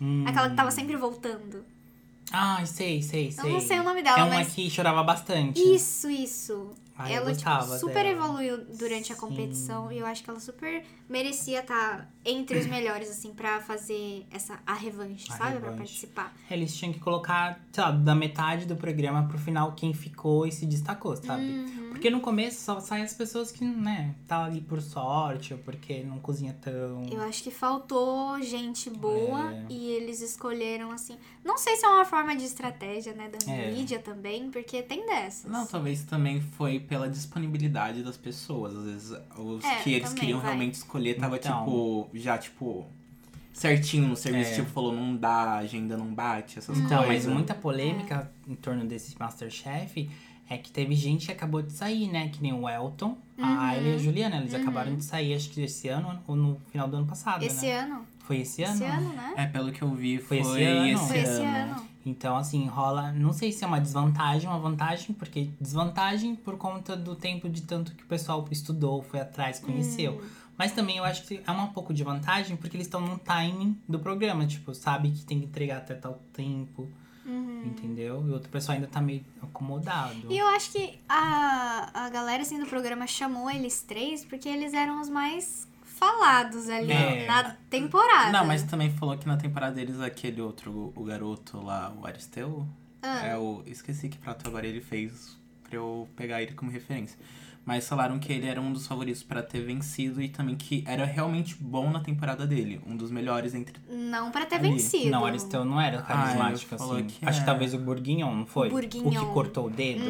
S3: Hum.
S2: Aquela que tava sempre voltando.
S3: Ai, sei, sei,
S2: Eu
S3: sei.
S2: não sei o nome dela,
S3: É uma
S2: mas.
S3: que chorava bastante.
S2: Isso, isso.
S3: Ai, eu
S2: ela,
S3: gostava
S2: tipo, super
S3: dela.
S2: evoluiu durante a
S3: Sim.
S2: competição e eu acho que ela super merecia estar entre os melhores, assim, pra fazer essa a revanche,
S3: A
S2: sabe? Pra
S3: revanche.
S2: participar.
S3: Eles tinham que colocar, sei lá, da metade do programa pro final quem ficou e se destacou, sabe?
S2: Uhum.
S3: Porque no começo só saem as pessoas que, né, tá ali por sorte ou porque não cozinha tão.
S2: Eu acho que faltou gente boa
S3: É.
S2: e eles escolheram assim. Não sei se é uma forma de estratégia, né, da
S3: É.
S2: mídia também, porque tem dessas.
S1: Não, tá talvez também foi pela disponibilidade das pessoas. Às vezes, os
S2: É,
S1: que eles
S2: também,
S1: queriam
S2: vai.
S1: realmente escolher tava,
S3: Então.
S1: tipo, já, tipo, certinho no serviço.
S3: É.
S1: Tipo, falou, não dá, a agenda não bate, essas
S3: Então, mas
S1: coisas.
S3: muita polêmica em torno desse Masterchef é que teve gente que acabou de sair, né? Que nem o Elton,
S2: Uhum.
S3: a Ayla e a Juliana. Eles
S2: Uhum.
S3: acabaram de sair, acho que esse ano ou no final do ano passado,
S2: Esse
S3: né?
S2: ano?
S3: Foi esse ano?
S2: Esse ano, né?
S1: É, pelo que eu vi,
S3: Foi
S1: foi,
S3: esse
S1: esse,
S3: ano?
S1: ano.
S2: Foi esse ano.
S3: Então, assim, rola. Não sei se é uma desvantagem, uma vantagem, porque desvantagem por conta do tempo de tanto que o pessoal estudou, foi atrás, conheceu.
S2: Hum.
S3: Mas também eu acho que é um pouco de vantagem, porque eles estão no timing do programa, tipo, sabe que tem que entregar até tal tempo.
S2: Uhum.
S3: Entendeu? E o outro pessoal ainda tá meio acomodado.
S2: E eu acho que a, a galera assim, do programa chamou eles três porque eles eram os mais falados ali
S3: É.
S2: na temporada.
S1: Não, mas também falou que na temporada deles aquele outro, o garoto lá, o Aristeu.
S3: Ah.
S1: É o. Esqueci que prato agora ele fez pra eu pegar ele como referência. Mas falaram que ele era um dos favoritos pra ter vencido e também que era realmente bom na temporada dele. Um dos melhores entre.
S2: Não pra ter
S1: Ali.
S2: vencido.
S3: Não, Aristeu não era carismático,
S1: falou
S3: assim.
S1: Ah, que
S3: Acho que
S1: é.
S3: talvez o Bourguignon, não foi?
S2: Bourguignon. Uhum.
S3: O que cortou o dedo.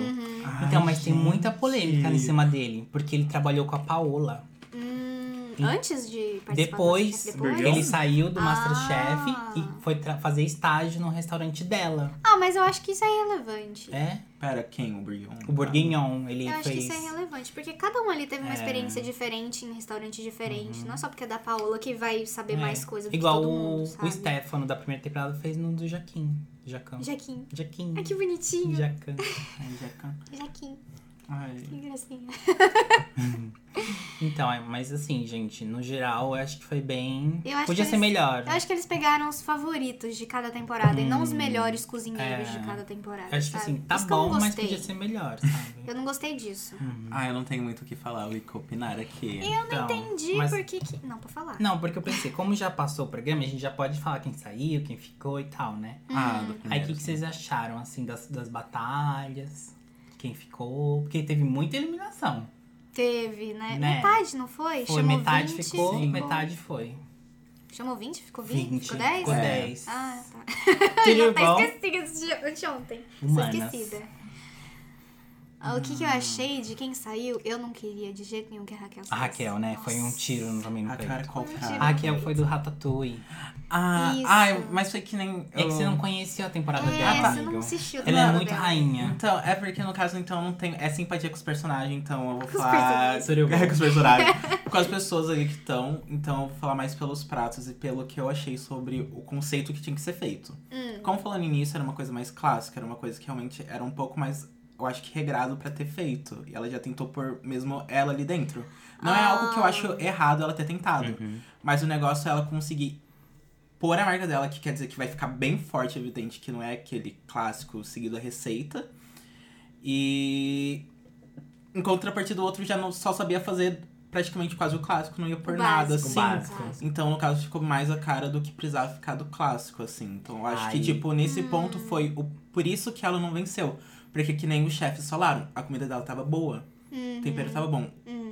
S1: Ai,
S3: Então, mas tem
S1: gente.
S3: muita polêmica em cima dele. Porque ele trabalhou com a Paola.
S2: Hum, antes de participar do
S3: Depois,
S2: Masterchef,
S3: ele saiu do
S2: Ah.
S3: Masterchef e foi tra- fazer estágio no restaurante dela.
S2: Ah, mas eu acho que isso é irrelevante.
S3: É?
S1: Pera, quem? O Bourguignon?
S3: O Bourguignon, ele
S2: Eu acho que
S3: fez. É.
S2: isso é relevante, porque cada um ali teve uma experiência diferente em restaurante diferente. Não é só porque é da Paola que vai saber
S3: Uhum. É.
S2: mais coisa do
S3: Igual
S2: que todo
S3: o,
S2: mundo,
S3: o
S2: sabe?
S3: Stefano da primeira temporada fez no do Jaquim. Jacão.
S2: Jaquim.
S3: Jaquim.
S2: Ai, é que bonitinho.
S3: Jacan.
S1: Ai, Zeca.
S2: Jaquim.
S1: Ai.
S2: Que
S3: É.
S2: gracinha.
S3: Então, é, mas assim, gente, no geral, eu acho que foi bem.
S2: Eu acho
S3: Podia
S2: que
S3: ser
S2: eles-
S3: melhor.
S2: Eu acho que eles pegaram os favoritos de cada temporada e não os melhores cozinheiros
S3: Hum. é.
S2: de cada temporada.
S3: Eu acho que
S2: sabe?
S3: assim, tá
S2: Isso que eu
S3: bom,
S2: não
S3: mas
S2: gostei.
S3: podia ser Tá melhor, sabe?
S2: Eu não gostei disso.
S1: Ah, eu não tenho muito o que falar e que é. opinar aqui.
S2: Eu não
S3: Então,
S2: entendi
S3: mas-
S2: por que que. Não, pra falar.
S3: Não, porque eu pensei, como já passou o programa, a gente já pode falar quem saiu, quem ficou e tal, né?
S1: Ah, do primeiro.
S3: Aí o que, que vocês acharam, assim, das, das batalhas? Quem ficou? Porque teve muita eliminação.
S2: Teve, né?
S3: Né?
S2: Metade, não foi?
S3: Foi
S2: Chamou
S3: metade
S2: 20,
S3: ficou, metade foi.
S2: Chamou 20? Ficou 20?
S3: 20.
S2: Ficou 10?
S3: Ficou
S1: É.
S3: 10.
S2: Ah, tá.
S3: Tudo
S2: Eu até
S3: bom?
S2: esqueci esse dia- de ontem.
S3: Humanas.
S2: Sou esquecida. Ah, O que, que eu achei de quem saiu, eu não queria de jeito nenhum que a Raquel
S3: A
S2: saísse.
S3: Raquel, né? Foi um
S2: Nossa.
S3: tiro no também no
S1: A cara
S3: peito.
S1: qual
S3: A
S1: cara?
S3: Raquel foi do Ratatouille.
S1: Ah,
S2: Isso.
S1: ai, mas foi que nem.
S3: É que você
S1: eu-
S3: não conhecia a temporada
S2: É,
S3: dela,
S2: você não
S3: amigo.
S2: assistiu. né?
S3: Ela é
S2: nada
S3: muito
S2: dela.
S3: rainha.
S1: Então, é porque no caso, então, não tem. É simpatia com os personagens, então eu vou
S2: Com os
S1: falar.
S2: personagens.
S1: Seria é, com os personagens. com as pessoas ali que estão. Então eu vou falar mais pelos pratos e pelo que eu achei sobre o conceito que tinha que ser feito.
S2: Hum.
S1: Como falando nisso, era uma coisa mais clássica, era uma coisa que realmente era um pouco mais. Eu acho que regrado pra ter feito. E ela já tentou pôr mesmo ela ali dentro. Não é
S2: Ah.
S1: algo que eu acho errado ela ter tentado. Mas o negócio é ela conseguir pôr a marca dela, que quer dizer que vai ficar bem forte, evidente, que não é aquele clássico seguido a receita. E em contrapartida, o outro já não, só sabia fazer praticamente quase o clássico, não ia por
S2: O
S1: nada,
S2: básico.
S3: O
S1: assim.
S3: básico.
S1: Então, no caso, ficou mais a cara do que precisava ficar do clássico, assim. Então, eu acho que,
S3: Ai.
S1: tipo, nesse
S2: Hum.
S1: ponto foi o, por isso que ela não venceu. Porque que nem os chefes falaram, a comida dela tava boa, o tempero tava bom.
S2: Uhum. Hum.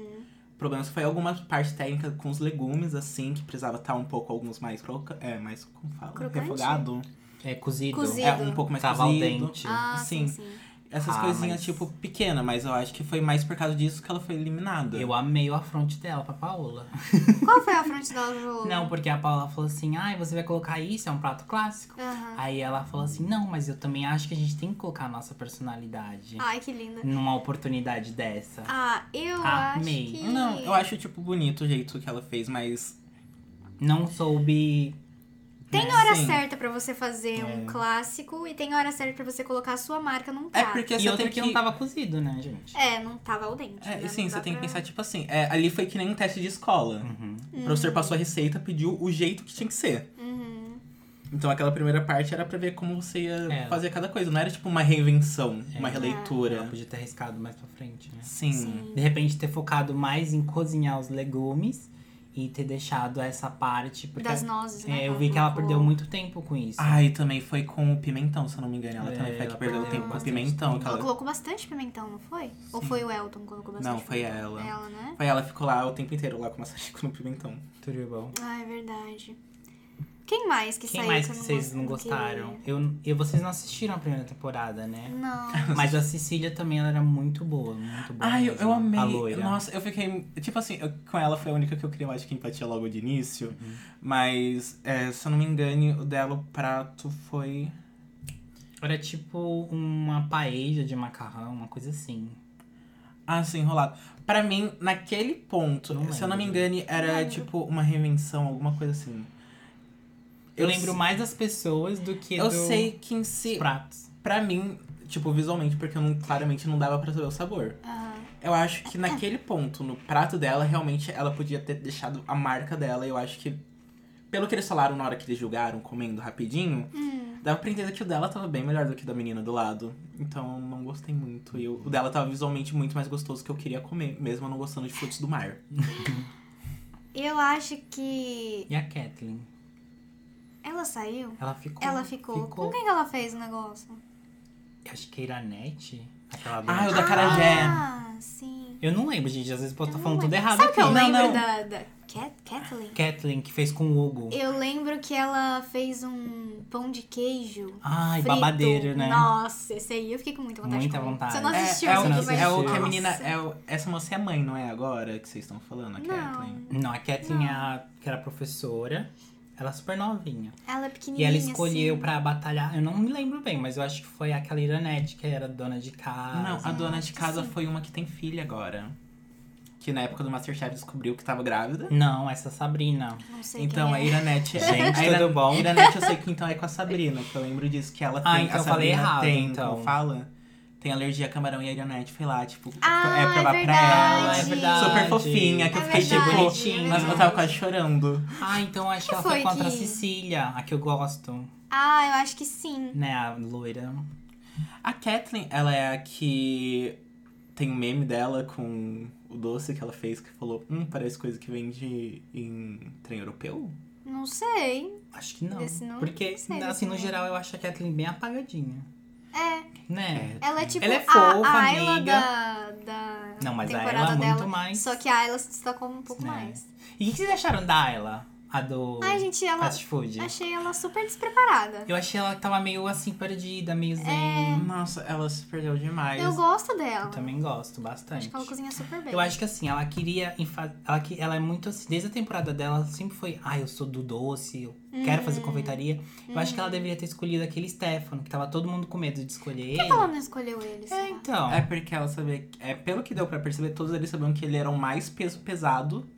S1: O problema só foi alguma parte técnica com os legumes, assim, que precisava estar um pouco alguns mais croca... É, mais, como fala?
S2: Crocante?
S1: Refogado.
S3: É cozido.
S2: Cozido.
S1: É, um pouco mais
S3: Tava ao
S1: cozido.
S3: dente.
S2: Ah, sim,
S1: Assim,
S2: sim.
S1: Essas
S3: Ah,
S1: coisinhas,
S3: mas-
S1: tipo, pequena, mas eu acho que foi mais por causa disso que ela foi eliminada.
S3: Eu amei o afronte dela pra Paola.
S2: Qual foi a fronte dela, Ju?
S3: Não, porque a Paola falou assim: ai, você vai colocar isso? É um prato clássico.
S2: Aham.
S3: Aí ela falou assim: não, mas eu também acho que a gente tem que colocar a nossa personalidade
S2: Ai, que linda.
S3: numa oportunidade dessa.
S2: Ah, eu
S3: Amei.
S2: acho que...
S1: Não, eu acho, tipo, bonito o jeito que ela fez, mas.
S3: Não soube.
S2: Tem
S1: né,
S3: é
S2: hora
S1: assim,
S2: certa pra você fazer um clássico e tem hora certa pra você colocar a sua marca num
S1: É
S2: prato.
S1: porque
S3: E
S1: você tem
S3: outro
S1: que.
S3: que não tava cozido, né, gente?
S2: É, não tava ao dente.
S1: É,
S2: né?
S1: sim,
S2: Não
S1: você
S2: dá
S1: tem que
S2: pra-
S1: pensar, tipo assim, é, ali foi que nem um teste de escola.
S3: Uhum.
S1: O professor passou a receita, pediu o jeito que tinha que ser.
S2: Uhum.
S1: Então aquela primeira parte era pra ver como você ia
S3: É.
S1: fazer cada coisa. Não era tipo uma reinvenção, uma
S3: Ela
S1: releitura.
S3: podia ter arriscado mais pra frente, né?
S1: Sim.
S2: Sim.
S3: De repente ter focado mais em cozinhar os legumes e ter deixado essa parte. Porque
S2: Das nozes, né?
S3: É, eu vi que ela perdeu muito tempo com isso.
S1: Ah, e também foi com o pimentão, se eu não me engano. Ela
S3: É,
S1: também foi a
S3: ela
S1: que perdeu
S3: perdeu
S1: tempo com o
S3: bastante
S1: pimentão.
S3: tempo.
S1: que
S2: Ela
S1: ela...
S2: colocou bastante pimentão, não foi? Ou foi o Elton que colocou bastante
S1: Não, foi
S2: pimentão?
S1: ela.
S2: Ela, né?
S1: Foi ela que ficou lá o tempo inteiro, lá com uma massagem no pimentão.
S3: Tudo bom.
S2: Ah, é verdade. Quem mais que
S3: Quem
S2: saiu?
S3: mais
S2: que
S3: que
S2: eu
S3: vocês não
S2: gost-
S3: gostaram? Eu, eu, vocês não assistiram a primeira temporada,
S2: queria?
S3: né?
S2: Não.
S3: Mas a Cecília também ela era muito boa, muito boa.
S1: Ai, eu,
S3: mesmo.
S1: eu amei.
S3: A loira.
S1: Nossa, eu fiquei. Tipo assim, eu- com ela foi a única que eu criei, eu acho que empatia logo de início.
S3: Uhum.
S1: Mas, é, se eu não me engano, o dela, o prato foi.
S3: Era tipo uma paella de macarrão, uma coisa assim.
S1: Ah, sim, enrolado. Pra mim, naquele ponto,
S3: Não
S1: se eu não me
S3: lembro.
S1: engane, era
S2: Lembro.
S1: tipo uma reinvenção, alguma coisa assim.
S3: Eu,
S1: Eu
S3: lembro
S1: s-
S3: mais das pessoas do que
S1: Eu
S3: do-
S1: sei que em si,
S3: dos pratos.
S1: pra mim, tipo, visualmente, porque eu não, claramente não dava pra saber o sabor.
S2: Aham.
S1: Eu acho que naquele ponto, no prato dela, realmente ela podia ter deixado a marca dela. Eu acho que, pelo que eles falaram na hora que eles julgaram, comendo rapidinho,
S2: Hum.
S1: Dava pra entender que o dela tava bem melhor do que o da menina do lado. Então não gostei muito. E o o dela tava visualmente muito mais gostoso que eu queria comer, mesmo eu não gostando de frutos do mar.
S2: Eu acho que.
S3: E a Kathleen?
S2: Ela saiu?
S3: Ela ficou.
S2: Ela ficou. Com quem que ela fez o negócio?
S3: Acho que era a Net. Aquela
S1: Ah,
S3: ah,
S1: eu da Carajé.
S2: Ah, sim.
S3: eu não lembro, gente. Às vezes eu tô
S2: Eu
S3: falando
S2: não
S3: tudo
S2: lembro.
S3: errado
S2: Sabe o
S3: aqui.
S2: que eu
S3: Não,
S2: lembro
S3: não.
S2: da, da Cat, Kathleen?
S3: Kathleen, que fez com o Hugo.
S2: Eu lembro que ela fez um pão de queijo.
S3: Ai,
S2: frito.
S3: babadeiro, né?
S2: Nossa, esse aí eu fiquei com muita vontade.
S3: Muita
S2: de comer.
S3: vontade.
S2: Você não
S1: É,
S2: assistiu,
S1: é,
S3: você
S1: o,
S3: não
S2: amigo, mas-
S1: é o que a menina.
S2: Nossa.
S1: É o- essa moça é mãe, não é agora que vocês estão falando, a
S2: Não.
S1: Kathleen?
S3: Não, a Kathleen, é a, que era professora, ela é super novinha.
S2: Ela é
S3: E
S2: pequenininha.
S3: ela escolheu
S2: assim.
S3: pra batalhar, eu não me lembro bem, mas eu acho que foi aquela Iranete, que era dona de casa.
S1: Não, a dona de casa
S2: sim.
S1: foi uma que tem filha agora. Que na época do Masterchef descobriu que tava grávida.
S3: Não, essa Sabrina.
S2: Não sei
S1: Então a
S2: quem é.
S1: Iranete
S3: Gente,
S1: a Ira-
S3: tudo bom?
S1: Iranete eu sei que então é com a Sabrina, que eu lembro disso, que ela tem.
S3: Ah, então
S1: a
S3: eu
S1: Sabrina
S3: falei errado,
S1: tem,
S3: então.
S1: como fala? Tem alergia a camarão e a Iranete foi lá, tipo,
S2: Ah,
S1: é
S2: é
S1: provar pra
S2: verdade.
S1: ela.
S3: Ah, é verdade.
S1: Super fofinha, que eu
S2: É
S1: fiquei
S2: verdade,
S1: tipo.
S2: é
S1: Mas eu tava
S2: verdade.
S1: quase chorando.
S3: Ah, então acho que,
S2: Que
S3: ela foi
S2: foi
S3: contra a
S2: que-
S3: Cecília, a que eu gosto,
S2: Ah, eu acho que sim.
S3: né, a loira.
S1: A Kathleen, ela é a que tem um meme dela com o doce que ela fez, que falou, hum, parece coisa que vende em trem europeu?
S2: Não sei.
S3: Acho que não.
S2: Desse não-
S3: Porque,
S2: não sei desse
S3: assim, no
S2: não.
S3: geral, eu acho a Kathleen bem apagadinha,
S2: É.
S3: né?
S2: Ela é tipo
S3: Ela é
S2: a-
S3: fofa,
S2: a Ayla
S3: amiga.
S2: da, da
S3: Não, mas a
S2: temporada
S3: Ayla é
S2: dela.
S3: muito mais-
S2: Só que a Ayla se destacou um pouco
S3: É.
S2: mais.
S3: E o que vocês acharam da Ayla? A do
S2: Ai, gente, ela...
S3: fast food?
S2: Achei ela super despreparada.
S3: Eu achei ela que tava meio assim, perdida,
S2: É.
S3: meio zen.
S1: Nossa, ela se perdeu demais.
S2: Eu gosto dela.
S3: Eu também gosto bastante.
S2: Acho que ela cozinha super bem.
S3: Eu acho que assim, ela queria. enfa- Ela, que- ela é muito assim. Desde a temporada dela, ela sempre foi. Ai, eu sou do doce, eu quero fazer confeitaria. Eu acho que ela deveria ter escolhido aquele Stefano, que tava todo mundo com medo de escolher
S2: Por que
S3: ele.
S2: que ela não escolheu ele?
S3: É,
S2: será?
S3: então.
S1: É porque ela sabia. É, pelo que deu pra perceber, todos eles sabiam que ele era o mais peso pesado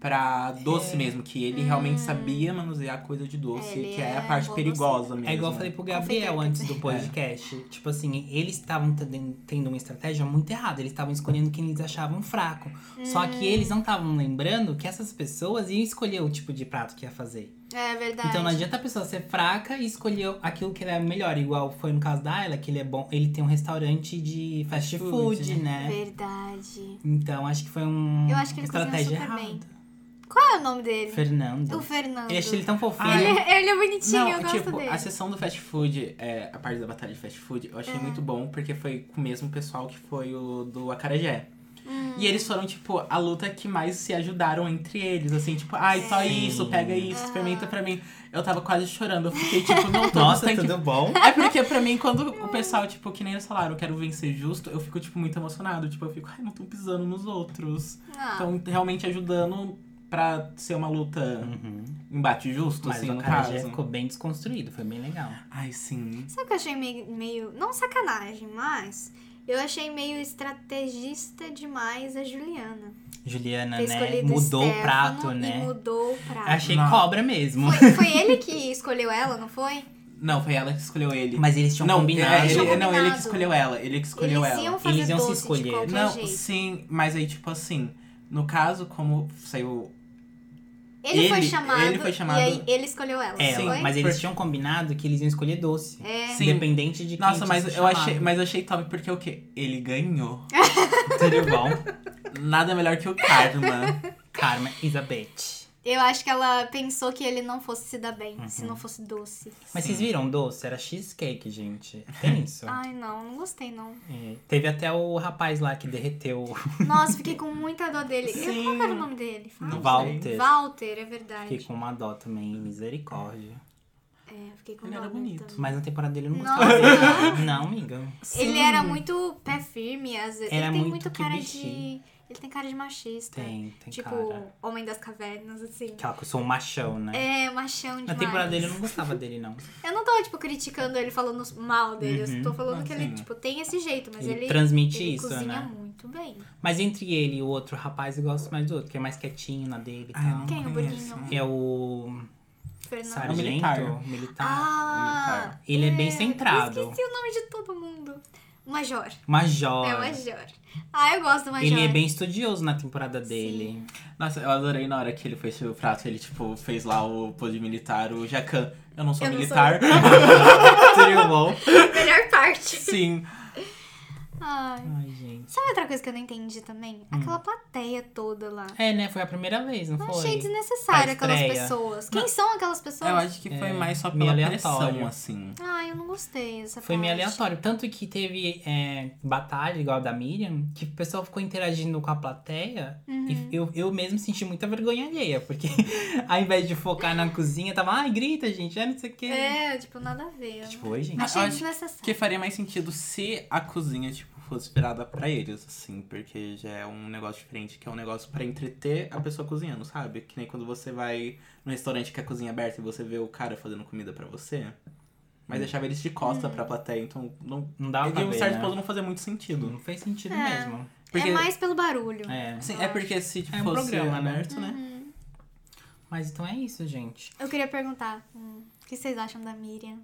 S1: pra doce mesmo. Que ele realmente sabia manusear coisa de doce,
S2: Ele
S1: que é
S2: É. Hum. é
S1: a parte
S2: bom
S1: perigosa mesmo. É.
S3: É igual eu falei pro Gabriel
S2: Confeiteiro
S3: antes do podcast. Tipo assim, eles estavam tenden- tendo uma estratégia muito errada. Eles estavam escolhendo quem eles achavam fraco. Só que eles não estavam lembrando que essas pessoas iam escolher o tipo de prato que ia fazer.
S2: É verdade.
S3: Então não adianta a pessoa ser fraca e escolher aquilo que ele é melhor, igual foi no caso da Ayla, que ele é bom, ele tem um restaurante de fast
S1: Food,
S3: food, né?
S2: Verdade.
S3: Então acho que foi um
S2: Eu acho que ele cozinha
S3: estratégia
S2: super bem.
S3: errada.
S2: Qual é o nome dele?
S3: Fernando.
S2: O Fernando.
S3: Eu achei ele é tão fofinho.
S1: Ah,
S2: Ele, ele é bonitinho,
S1: Não,
S2: eu gosto
S1: tipo,
S2: dele. É.
S1: a sessão do fast food, é, a parte da batalha de fast food, eu achei muito bom, porque foi com o mesmo pessoal que foi o do Acarajé.
S2: Hum.
S1: E eles foram, tipo, a luta que mais se ajudaram entre eles, assim, tipo, ai, só
S3: Sim.
S1: isso, pega
S2: Ah.
S1: isso, experimenta pra mim. Eu tava quase chorando, eu fiquei, tipo, não, todos
S3: Nossa,
S1: têm que
S3: tudo bom?
S1: É porque pra mim, quando o pessoal, tipo, que nem eles falaram, eu quero vencer justo, eu fico, tipo, muito emocionado. Tipo, eu fico, ai, não tô pisando nos outros.
S2: Ah,
S1: Então, realmente ajudando pra ser uma luta
S3: Uhum.
S1: embate justo,
S3: Mas
S1: assim,
S3: o
S1: no
S3: cara
S1: caso.
S3: já ficou bem desconstruído, foi bem legal.
S1: Ai, sim.
S2: Sabe o que eu achei meio, meio- Não sacanagem, mas. Eu achei meio estrategista demais a Juliana.
S3: Juliana,
S2: Ter
S3: né?
S2: escolhido
S3: Mudou o
S2: Stefano
S3: prato,
S2: e
S3: né?
S2: Mudou o prato.
S3: Achei
S1: Não.
S3: cobra mesmo.
S2: Foi, foi ele que escolheu ela, não foi?
S1: Não, foi ela que escolheu ele.
S3: Mas eles tinham
S1: não,
S3: combinado.
S1: é, ele-
S2: Tinham
S1: não, ele que
S2: um combinado.
S1: escolheu ela. Ele que escolheu
S2: Eles
S1: ela.
S2: iam fazer
S3: Eles iam se
S2: doce
S3: escolher.
S2: de qualquer
S1: Não,
S2: jeito.
S1: sim, mas aí, tipo assim, no caso, como saiu
S2: Ele, foi
S1: ele-
S2: chamado,
S1: ele foi chamado-
S2: e aí ele escolheu ela,
S3: É,
S2: não foi?
S3: mas eles
S1: Por-
S3: tinham combinado que eles iam escolher doce.
S2: É.
S1: Sim.
S3: Independente de quem
S1: Nossa,
S3: tinha
S1: mas
S3: sido
S1: eu,
S3: chamado.
S1: achei, mas eu achei top porque o quê? Ele ganhou.
S3: Tudo bom?
S1: Nada melhor que o karma.
S3: Karma is a bitch.
S2: Eu acho que ela pensou que ele não fosse se dar bem, se não fosse doce.
S3: Mas
S1: Sim.
S3: vocês viram doce? Era cheesecake, gente. Tem isso.
S2: Ai, não, não gostei, não.
S3: É, Teve até o rapaz lá que derreteu
S2: Nossa, fiquei com muita dor dele.
S1: Sim.
S2: Qual era o nome dele? Fala.
S3: o
S1: Não
S3: Walter.
S2: Walter, é verdade.
S3: Fiquei com uma dó também, misericórdia.
S2: É, fiquei com
S1: Ele
S2: dó
S1: era
S2: dele
S1: bonito.
S2: também.
S3: Mas na temporada dele eu não
S2: Nossa,
S3: gostava dele. Não, amiga.
S2: Ele era um muito pé firme, às vezes.
S3: Era
S2: ele tem
S3: muito
S2: muito
S3: que
S2: cara
S3: bichinho.
S2: de. Ele tem cara de machista.
S3: Tem, tem
S2: tipo,
S3: cara.
S2: homem das cavernas, assim.
S3: Aquela que eu sou um machão, né?
S2: É, machão demais.
S3: Na temporada dele eu não gostava dele, não.
S2: Eu não tô, tipo, criticando ele falando mal dele. Eu tô falando
S1: Não,
S2: que ele,
S1: sim.
S2: tipo, tem esse jeito, mas
S3: Uhum. Ele
S2: ele.
S3: transmite
S2: ele
S3: isso,
S2: cozinha
S3: né?
S2: muito bem.
S3: Mas entre ele e o outro rapaz, eu gosto mais do outro, que é mais quietinho na dele e
S2: Ah,
S1: Ai, Ah, eu
S3: tal.
S1: não
S2: Quem? O
S1: conheço.
S2: Burguinho?
S3: É o
S2: Fernando.
S3: sargento,
S1: militar.
S3: militar.
S2: É, Ah!
S3: tá Ele é bem
S2: eu
S3: centrado.
S2: Esqueci o nome de todo mundo. Major.
S3: Major.
S2: É o Major. Ah, eu gosto do Major.
S3: Ele é bem estudioso na temporada dele.
S1: Nossa, eu adorei na hora que ele foi servir o prato, ele, tipo, fez lá o pôr de militar, o Jacan. Eu não sou
S2: Eu não
S1: militar. Seria bom.
S2: Melhor parte.
S1: Sim.
S2: Ai.
S3: Ai, gente.
S2: Sabe outra coisa que eu não entendi
S3: Hum.
S2: também? Aquela plateia toda lá.
S3: É, né? Foi a primeira vez, não
S2: Eu
S3: foi?
S2: achei desnecessário
S3: Pra
S2: aquelas
S3: estreia.
S2: pessoas. Quem são aquelas pessoas?
S1: Eu acho que foi
S3: É,
S1: mais só pela
S3: meio aleatório.
S1: pressão, assim.
S2: Ah, eu não gostei dessa
S3: Foi meio
S2: parte.
S3: aleatório. Tanto que teve é, batalha, igual a da Miriam, que o pessoal ficou interagindo com a plateia.
S2: Uhum.
S3: E eu, eu mesmo senti muita vergonha alheia, porque ao invés de focar na cozinha, tava, ai, grita, gente, é não sei o quê.
S2: É, tipo, nada a ver.
S3: Tipo, oi, gente.
S1: eu
S2: Achei
S1: acho
S2: desnecessário.
S1: Que faria mais sentido se a cozinha, tipo, fosse virada pra eles, assim, porque já é um negócio diferente, que é um negócio pra entreter a pessoa cozinhando, sabe? Que nem quando você vai num restaurante que a cozinha é aberta e você vê o cara fazendo comida pra você. Mas deixava eles de costa pra plateia, então não.
S3: Não dava
S1: de
S3: Hum. pra
S1: um
S3: ver,
S1: certo
S3: né?
S1: ponto não fazia muito sentido.
S3: Não fez sentido
S2: É.
S3: mesmo.
S1: Porque,
S2: É mais pelo barulho.
S3: É.
S1: Sim, é porque se tipo,
S3: É um
S1: fosse
S3: programa, né?
S1: aberto, né?
S3: Mas então é isso, gente.
S2: Eu queria perguntar, hum, o que vocês acham da Miriam?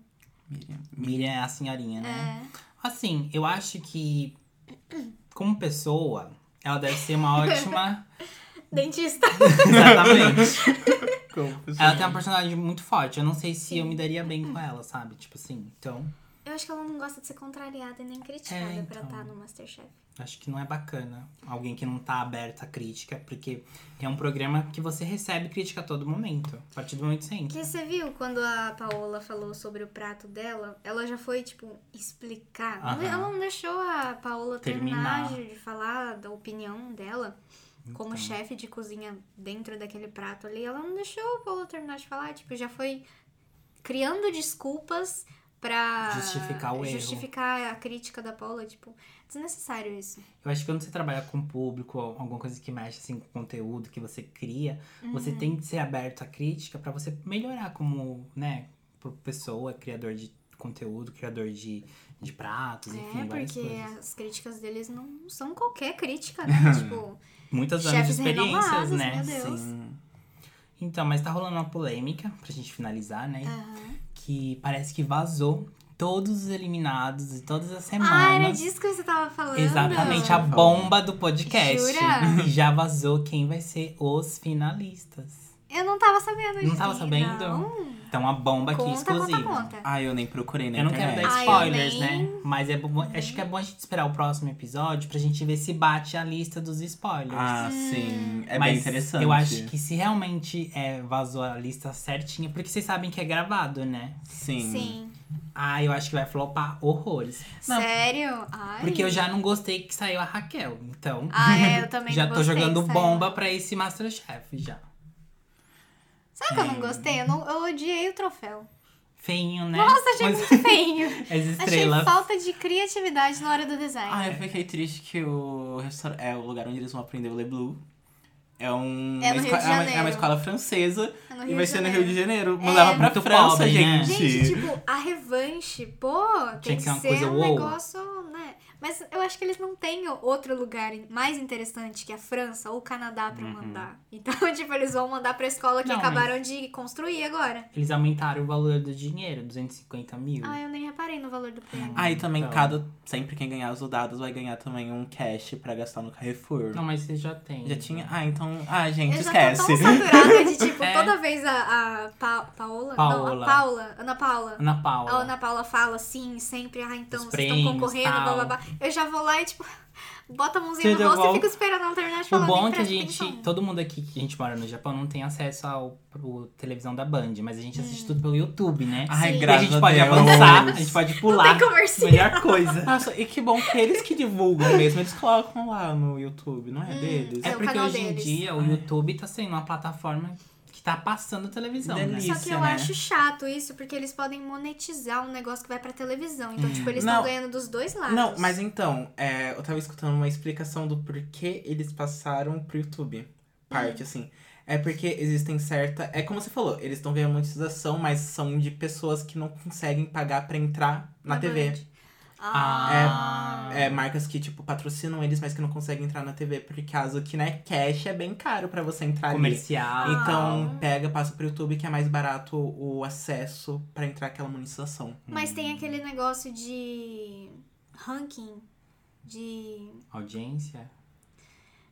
S1: Miriam.
S3: Miriam é a senhorinha, né? Assim, eu acho que como pessoa, ela deve ser uma ótima.
S2: Dentista.
S3: Exatamente.
S1: Como você-
S3: Ela tem uma personalidade muito forte. Eu não sei se eu me daria bem com ela, sabe? Tipo assim, então.
S2: Eu acho que ela não gosta de ser contrariada e nem criticada
S3: É,
S2: pra
S3: então.
S2: estar no Masterchef.
S3: Acho que não é bacana alguém que não tá aberto à crítica, porque é um programa que você recebe crítica a todo momento. A partir do momento que você entra.
S2: Porque você viu quando a Paola falou sobre o prato dela? Ela já foi, tipo, explicar. Não-
S3: Aham.
S2: Ela não deixou a Paola terminar,
S3: Terminar.
S2: de falar da opinião dela como
S3: Então.
S2: chefe de cozinha dentro daquele prato ali. Ela não deixou a Paola terminar de falar. Tipo, já foi criando desculpas pra
S3: Justificar o erro.
S2: justificar a crítica da Paola. Tipo, desnecessário isso.
S3: Eu acho que quando você trabalha com público, ou alguma coisa que mexe assim com o conteúdo que você cria,
S2: Uhum.
S3: você tem que ser aberto à crítica pra você melhorar como, né, por pessoa, criador de conteúdo, criador de, de pratos, enfim,
S2: é,
S3: várias
S2: porque
S3: coisas.
S2: as críticas deles não são qualquer crítica, né? tipo.
S3: Muitas anos de
S2: chefes
S3: experiências,
S2: renomados,
S3: né?
S2: meu Deus.
S3: Sim. Então, mas tá rolando uma polêmica, pra gente finalizar, né?
S2: aham.
S3: Que parece que vazou todos os eliminados de todas as
S2: Ah, era
S3: semanas.
S2: disso que você tava falando.
S3: Exatamente,
S1: Ah.
S3: a bomba do podcast.
S2: Jura?
S3: E já vazou quem vai ser os finalistas.
S2: Eu não tava sabendo disso.
S3: Não tava sabendo?
S2: Não.
S3: Então, a bomba aqui
S2: Conta,
S3: exclusiva.
S2: conta, conta.
S1: Ah, eu nem procurei na
S3: Eu não quero
S1: internet.
S3: dar
S2: tá. Ai, eu
S3: spoilers,
S2: nem-
S3: né? Mas é bom, acho que é bom a gente esperar o próximo episódio pra gente ver se bate a lista dos spoilers.
S1: Ah, sim. É
S3: Mas
S1: bem interessante.
S3: Eu acho que se realmente é, vazou a lista certinha, porque vocês sabem que é gravado, né?
S1: Sim.
S2: Sim.
S3: Ah, eu acho que vai flopar horrores. Não.
S2: Sério? Ai.
S3: Porque eu já não gostei que saiu a Raquel. Então,
S2: Ah, é, eu também
S3: já
S2: não
S3: tô
S2: gostei que
S3: jogando
S2: saiu.
S3: bomba pra esse Masterchef já.
S2: Sabe que eu não gostei? Eu, não- eu odiei o troféu.
S3: Feinho, né?
S2: Nossa, achei
S3: Mas
S2: muito feio.
S3: as
S2: achei
S3: estrelas.
S2: falta de criatividade na hora do design.
S1: Ah, eu fiquei triste que o restaurante. É o lugar onde eles vão aprender o Le Bleu. É, um,
S2: É no
S1: uma
S2: Rio de
S1: esco- uma,
S2: Janeiro.
S1: é uma escola francesa
S2: É no
S1: e
S2: Rio
S1: vai
S2: de
S1: ser no
S2: Janeiro. É.
S1: Rio de Janeiro. Mandava pra
S3: Muito
S1: França,
S3: pobre, né?
S1: gente.
S2: Gente, tipo, a revanche, pô, tem
S3: Tinha
S2: que
S3: que
S2: ser,
S3: ser uma coisa
S2: um
S3: wow.
S2: negócio, né? Mas eu acho que eles não têm outro lugar mais interessante que a França ou o Canadá pra mandar. Então, tipo, eles vão mandar pra escola que
S3: Uhum. Não,
S2: acabaram de construir agora.
S3: Eles aumentaram o valor do dinheiro, 250 mil.
S2: Ah, eu nem reparei no valor do prêmio.
S1: Ah, e também
S3: Então.
S1: cada. Sempre quem ganhar os dados vai ganhar também um cash pra gastar no Carrefour.
S3: Não, mas você já tem.
S1: Já tinha. Ah, então. Ah, gente,
S2: Eu já
S1: esquece.
S2: tô tão saturada de, tipo,
S3: É.
S2: toda vez a, a Pa- Paola? Não, a
S3: Paola.
S2: Paula. Ana Paula.
S3: Ana Paula.
S2: A Ana Paula fala assim, sempre, ah, então
S3: Os
S2: vocês estão
S3: prêmios,
S2: concorrendo, blá
S3: tal.
S2: blá blá. Eu já vou lá e, tipo, bota a mãozinha
S3: Tudo é
S2: no rosto e
S3: bom?
S2: fico esperando ela terminar de
S3: O
S2: falar. nem
S3: bom é que a
S2: presta
S3: gente,
S2: atenção.
S3: todo mundo aqui que a gente mora no Japão não tem acesso ao, pro televisão da Band, mas a gente assiste tudo pelo YouTube, né?
S2: Hum.
S1: Ai,
S2: Sim.
S3: E a
S1: graças
S3: gente pode
S1: Deus.
S3: avançar, a gente pode
S2: Não
S3: pular.
S2: tem conversinha.
S3: Melhor coisa.
S1: Nossa, e que bom que eles que divulgam mesmo. Eles colocam lá no YouTube, não é deles?
S3: É
S2: É o
S3: porque
S2: canal
S3: hoje em
S2: deles.
S3: dia o YouTube tá sendo uma plataforma que tá passando televisão,
S1: Delícia.
S3: né?
S2: Só que eu
S1: né?
S2: acho chato isso, porque eles podem monetizar um negócio que vai pra televisão. Então, tipo, eles
S1: Não.
S2: estão ganhando dos dois lados.
S1: Não, mas então, é, eu tava escutando uma explicação do porquê eles passaram pro YouTube. Parte, assim. É porque existem certa. É como você falou, eles estão ganhando monetização, mas são de pessoas que não conseguem pagar pra entrar na, TV.
S2: Band. Ah.
S1: É, marcas que, tipo, patrocinam eles, mas que não conseguem entrar na TV. Por causa que, né, cash é bem caro pra você entrar ali.
S3: Comercial.
S1: Então, pega, passa pro YouTube, que é mais barato o acesso pra entrar aquela monetização.
S2: Mas tem aquele negócio de ranking de.
S3: Audiência?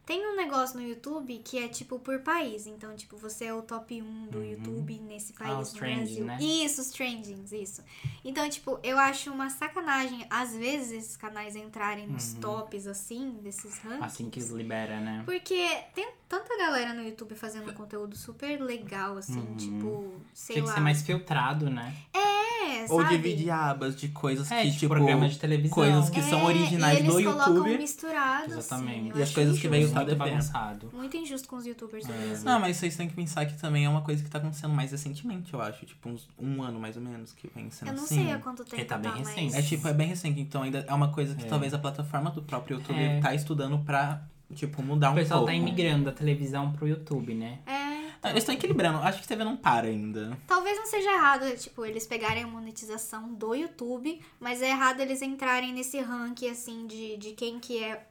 S2: Tem um negócio no YouTube que é tipo por país. Então, tipo, você é o top 1 do
S3: Uhum.
S2: YouTube nesse país,
S3: os
S2: no Brasil.
S3: trending, né?
S2: Isso, os trendings, isso. Então, tipo, eu acho uma sacanagem, às vezes, esses canais entrarem nos
S3: Uhum.
S2: tops, assim, desses rankings.
S3: Assim que se libera, né?
S2: Porque tem tanta galera no YouTube fazendo um conteúdo super legal, assim,
S3: Uhum.
S2: tipo, sei
S3: Tem que
S2: lá.
S3: ser mais filtrado, né?
S2: É,
S1: Ou
S2: sabe?
S1: dividir abas de coisas
S3: É,
S1: que,
S3: de
S1: tipo.
S3: programa de televisão.
S1: coisas que
S2: É,
S1: são originais
S2: e eles
S1: do
S2: colocam
S1: YouTube.
S2: misturado,
S3: Exatamente.
S2: Assim, eu
S3: E
S1: as
S2: acho
S1: coisas que vêm
S2: injusto.
S1: só
S3: muito
S1: depende.
S3: bagunçado.
S2: Muito injusto com os youtubers do
S3: É.
S2: Brasil.
S1: Não, mas vocês têm que pensar que também é uma coisa que tá acontecendo mais recentemente, eu acho. Tipo, uns um ano mais ou menos que vem sendo
S2: eu não
S1: assim.
S2: sei há quanto tempo
S3: tá bem
S2: mas-
S3: recente.
S1: É tipo, é bem recente, então ainda é uma coisa que
S3: É.
S1: talvez a plataforma do próprio YouTube
S3: É.
S1: tá estudando pra, tipo, mudar
S3: O
S1: um
S3: pessoal
S1: pouco.
S3: tá imigrando da televisão pro YouTube, né?
S2: É,
S1: Ah, Eles estão equilibrando, acho que a TV não para ainda.
S2: talvez não seja errado, tipo, eles pegarem a monetização do YouTube, mas é errado eles entrarem nesse ranking, assim, de, de quem que é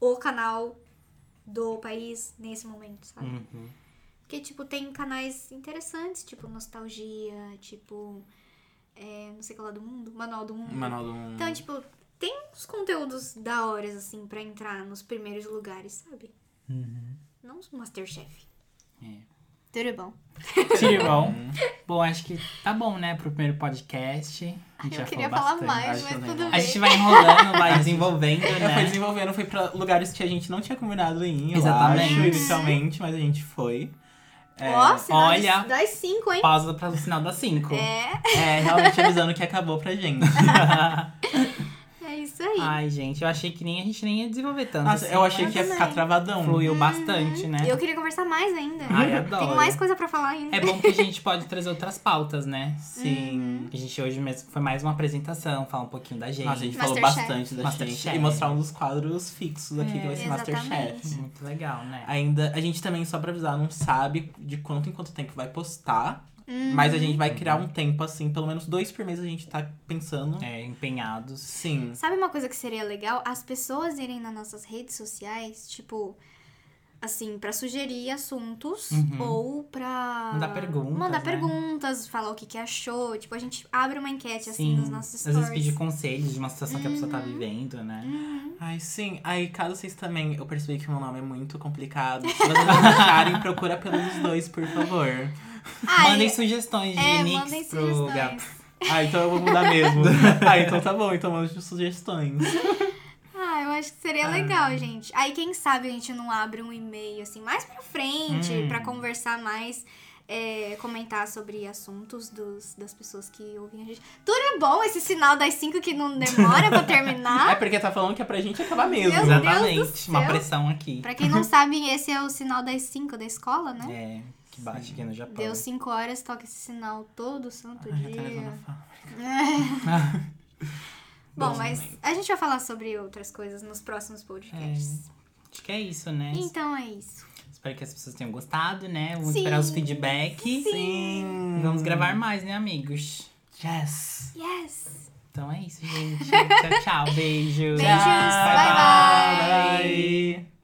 S2: o canal do país nesse momento, sabe?
S1: Hum.
S3: Uhum.
S2: Porque, tipo, tem canais interessantes, tipo Nostalgia, tipo. é, não sei qual lá do mundo, Manual do Mundo.
S1: Manual do Mundo.
S2: Então, tipo, tem uns conteúdos da hora, assim, pra entrar nos primeiros lugares, sabe?
S1: Uhum.
S2: Não os Masterchef.
S3: É.
S2: Tudo bom.
S3: Tudo é bom.
S1: Uhum.
S3: Bom, acho que tá bom, né? Pro primeiro podcast. A gente
S2: Eu
S3: já
S2: queria
S3: falou
S2: falar
S3: bastante.
S2: mais,
S1: acho
S2: mas
S1: que
S2: tudo
S1: eu
S2: bem.
S3: A gente vai enrolando, vai desenvolvendo,
S1: É, foi
S3: né?
S1: Tá desenvolvendo, foi pra lugares que a gente não tinha combinado em,
S3: Exatamente.
S1: Exatamente. acho, inicialmente, mas a gente foi. É,
S2: Ó, sinal
S3: olha.
S2: de- das cinco, hein?
S3: Pausa para o sinal das 5.
S2: É,
S1: é, realmente avisando que acabou pra gente.
S2: é isso aí.
S3: Ai, gente, eu achei que nem a gente nem ia desenvolver tanto.
S1: Nossa,
S3: assim,
S1: eu achei
S3: mas
S1: que ia
S2: também.
S1: ficar travadão.
S3: fluiu bastante, né?
S2: E Uhum. eu queria conversar mais ainda.
S3: Ai, adoro.
S2: Tem mais coisa pra falar ainda.
S3: É bom que a gente pode trazer outras pautas, né?
S1: Sim.
S3: A gente hoje mesmo foi mais uma apresentação, falar um pouquinho da
S1: Uhum.
S3: gente.
S1: Nossa, a gente falou
S2: Masterchef.
S1: bastante da
S3: Masterchef.
S1: gente. E mostrar um dos quadros fixos aqui
S3: É,
S1: que vai ser
S2: exatamente.
S1: Masterchef.
S3: Muito legal, né?
S1: Ainda, a gente também, só pra avisar, não sabe de quanto em quanto tempo vai postar.
S2: Hum.
S1: Mas a gente vai criar um tempo, assim, pelo menos dois por mês a gente tá pensando.
S3: É, empenhados.
S1: Sim.
S2: Sabe uma coisa que seria legal? As pessoas irem nas nossas redes sociais, tipo, assim, pra sugerir assuntos
S3: Uhum.
S2: ou pra.
S3: Mandar perguntas,
S2: Mandar
S3: né?
S2: perguntas, falar o que, que achou. Tipo, a gente abre uma enquete, assim,
S3: Sim,
S2: nos nossos
S3: Às
S2: stories. Uhum.
S3: vezes pedir conselhos de uma situação que a pessoa tá vivendo, né?
S1: Ai, sim. Aí, caso vocês também. Eu percebi que o meu nome é muito complicado. Se vocês não acharem, procura pelos dois, por favor.
S2: Ah,
S3: mandem
S2: é,
S3: sugestões de
S2: é,
S3: mix
S2: mandem
S3: pro Gabi.
S2: sugestões.
S1: Ah, então eu vou mudar mesmo. ah, então tá bom, então mande sugestões.
S2: Ah, eu acho que seria legal, gente. Aí, quem sabe a gente não abre um e-mail, assim, mais pra frente,
S3: Hum.
S2: pra conversar mais, é, comentar sobre assuntos dos, das pessoas que ouvem a gente. Tudo é bom esse sinal das cinco que não demora pra
S1: É
S2: terminar.
S1: porque tá falando que é pra gente acabar
S2: Ah? Meu
S1: mesmo. Ah,
S2: Deus do
S3: Exatamente, uma
S2: céu.
S3: pressão aqui.
S2: Pra quem não sabe, esse é o sinal das cinco da escola, né?
S3: É, que bate aqui no Japão.
S2: Deu cinco horas, toca esse sinal todo santo
S1: Ai, já tá levando a
S2: dia.
S1: fala.
S2: Bom,
S1: Bom,
S2: mas a gente vai falar sobre outras coisas nos próximos podcasts.
S3: Acho que é isso, né?
S2: Então é isso.
S3: Espero que as pessoas tenham gostado, né? Vamos
S2: Sim.
S3: esperar os feedbacks.
S1: Sim.
S3: Vamos gravar mais, né, amigos?
S1: Yes.
S2: Yes!
S3: Então é isso, gente. tchau, tchau. Beijo.
S2: Beijos, bye,
S1: Bye,
S2: bye.
S1: bye.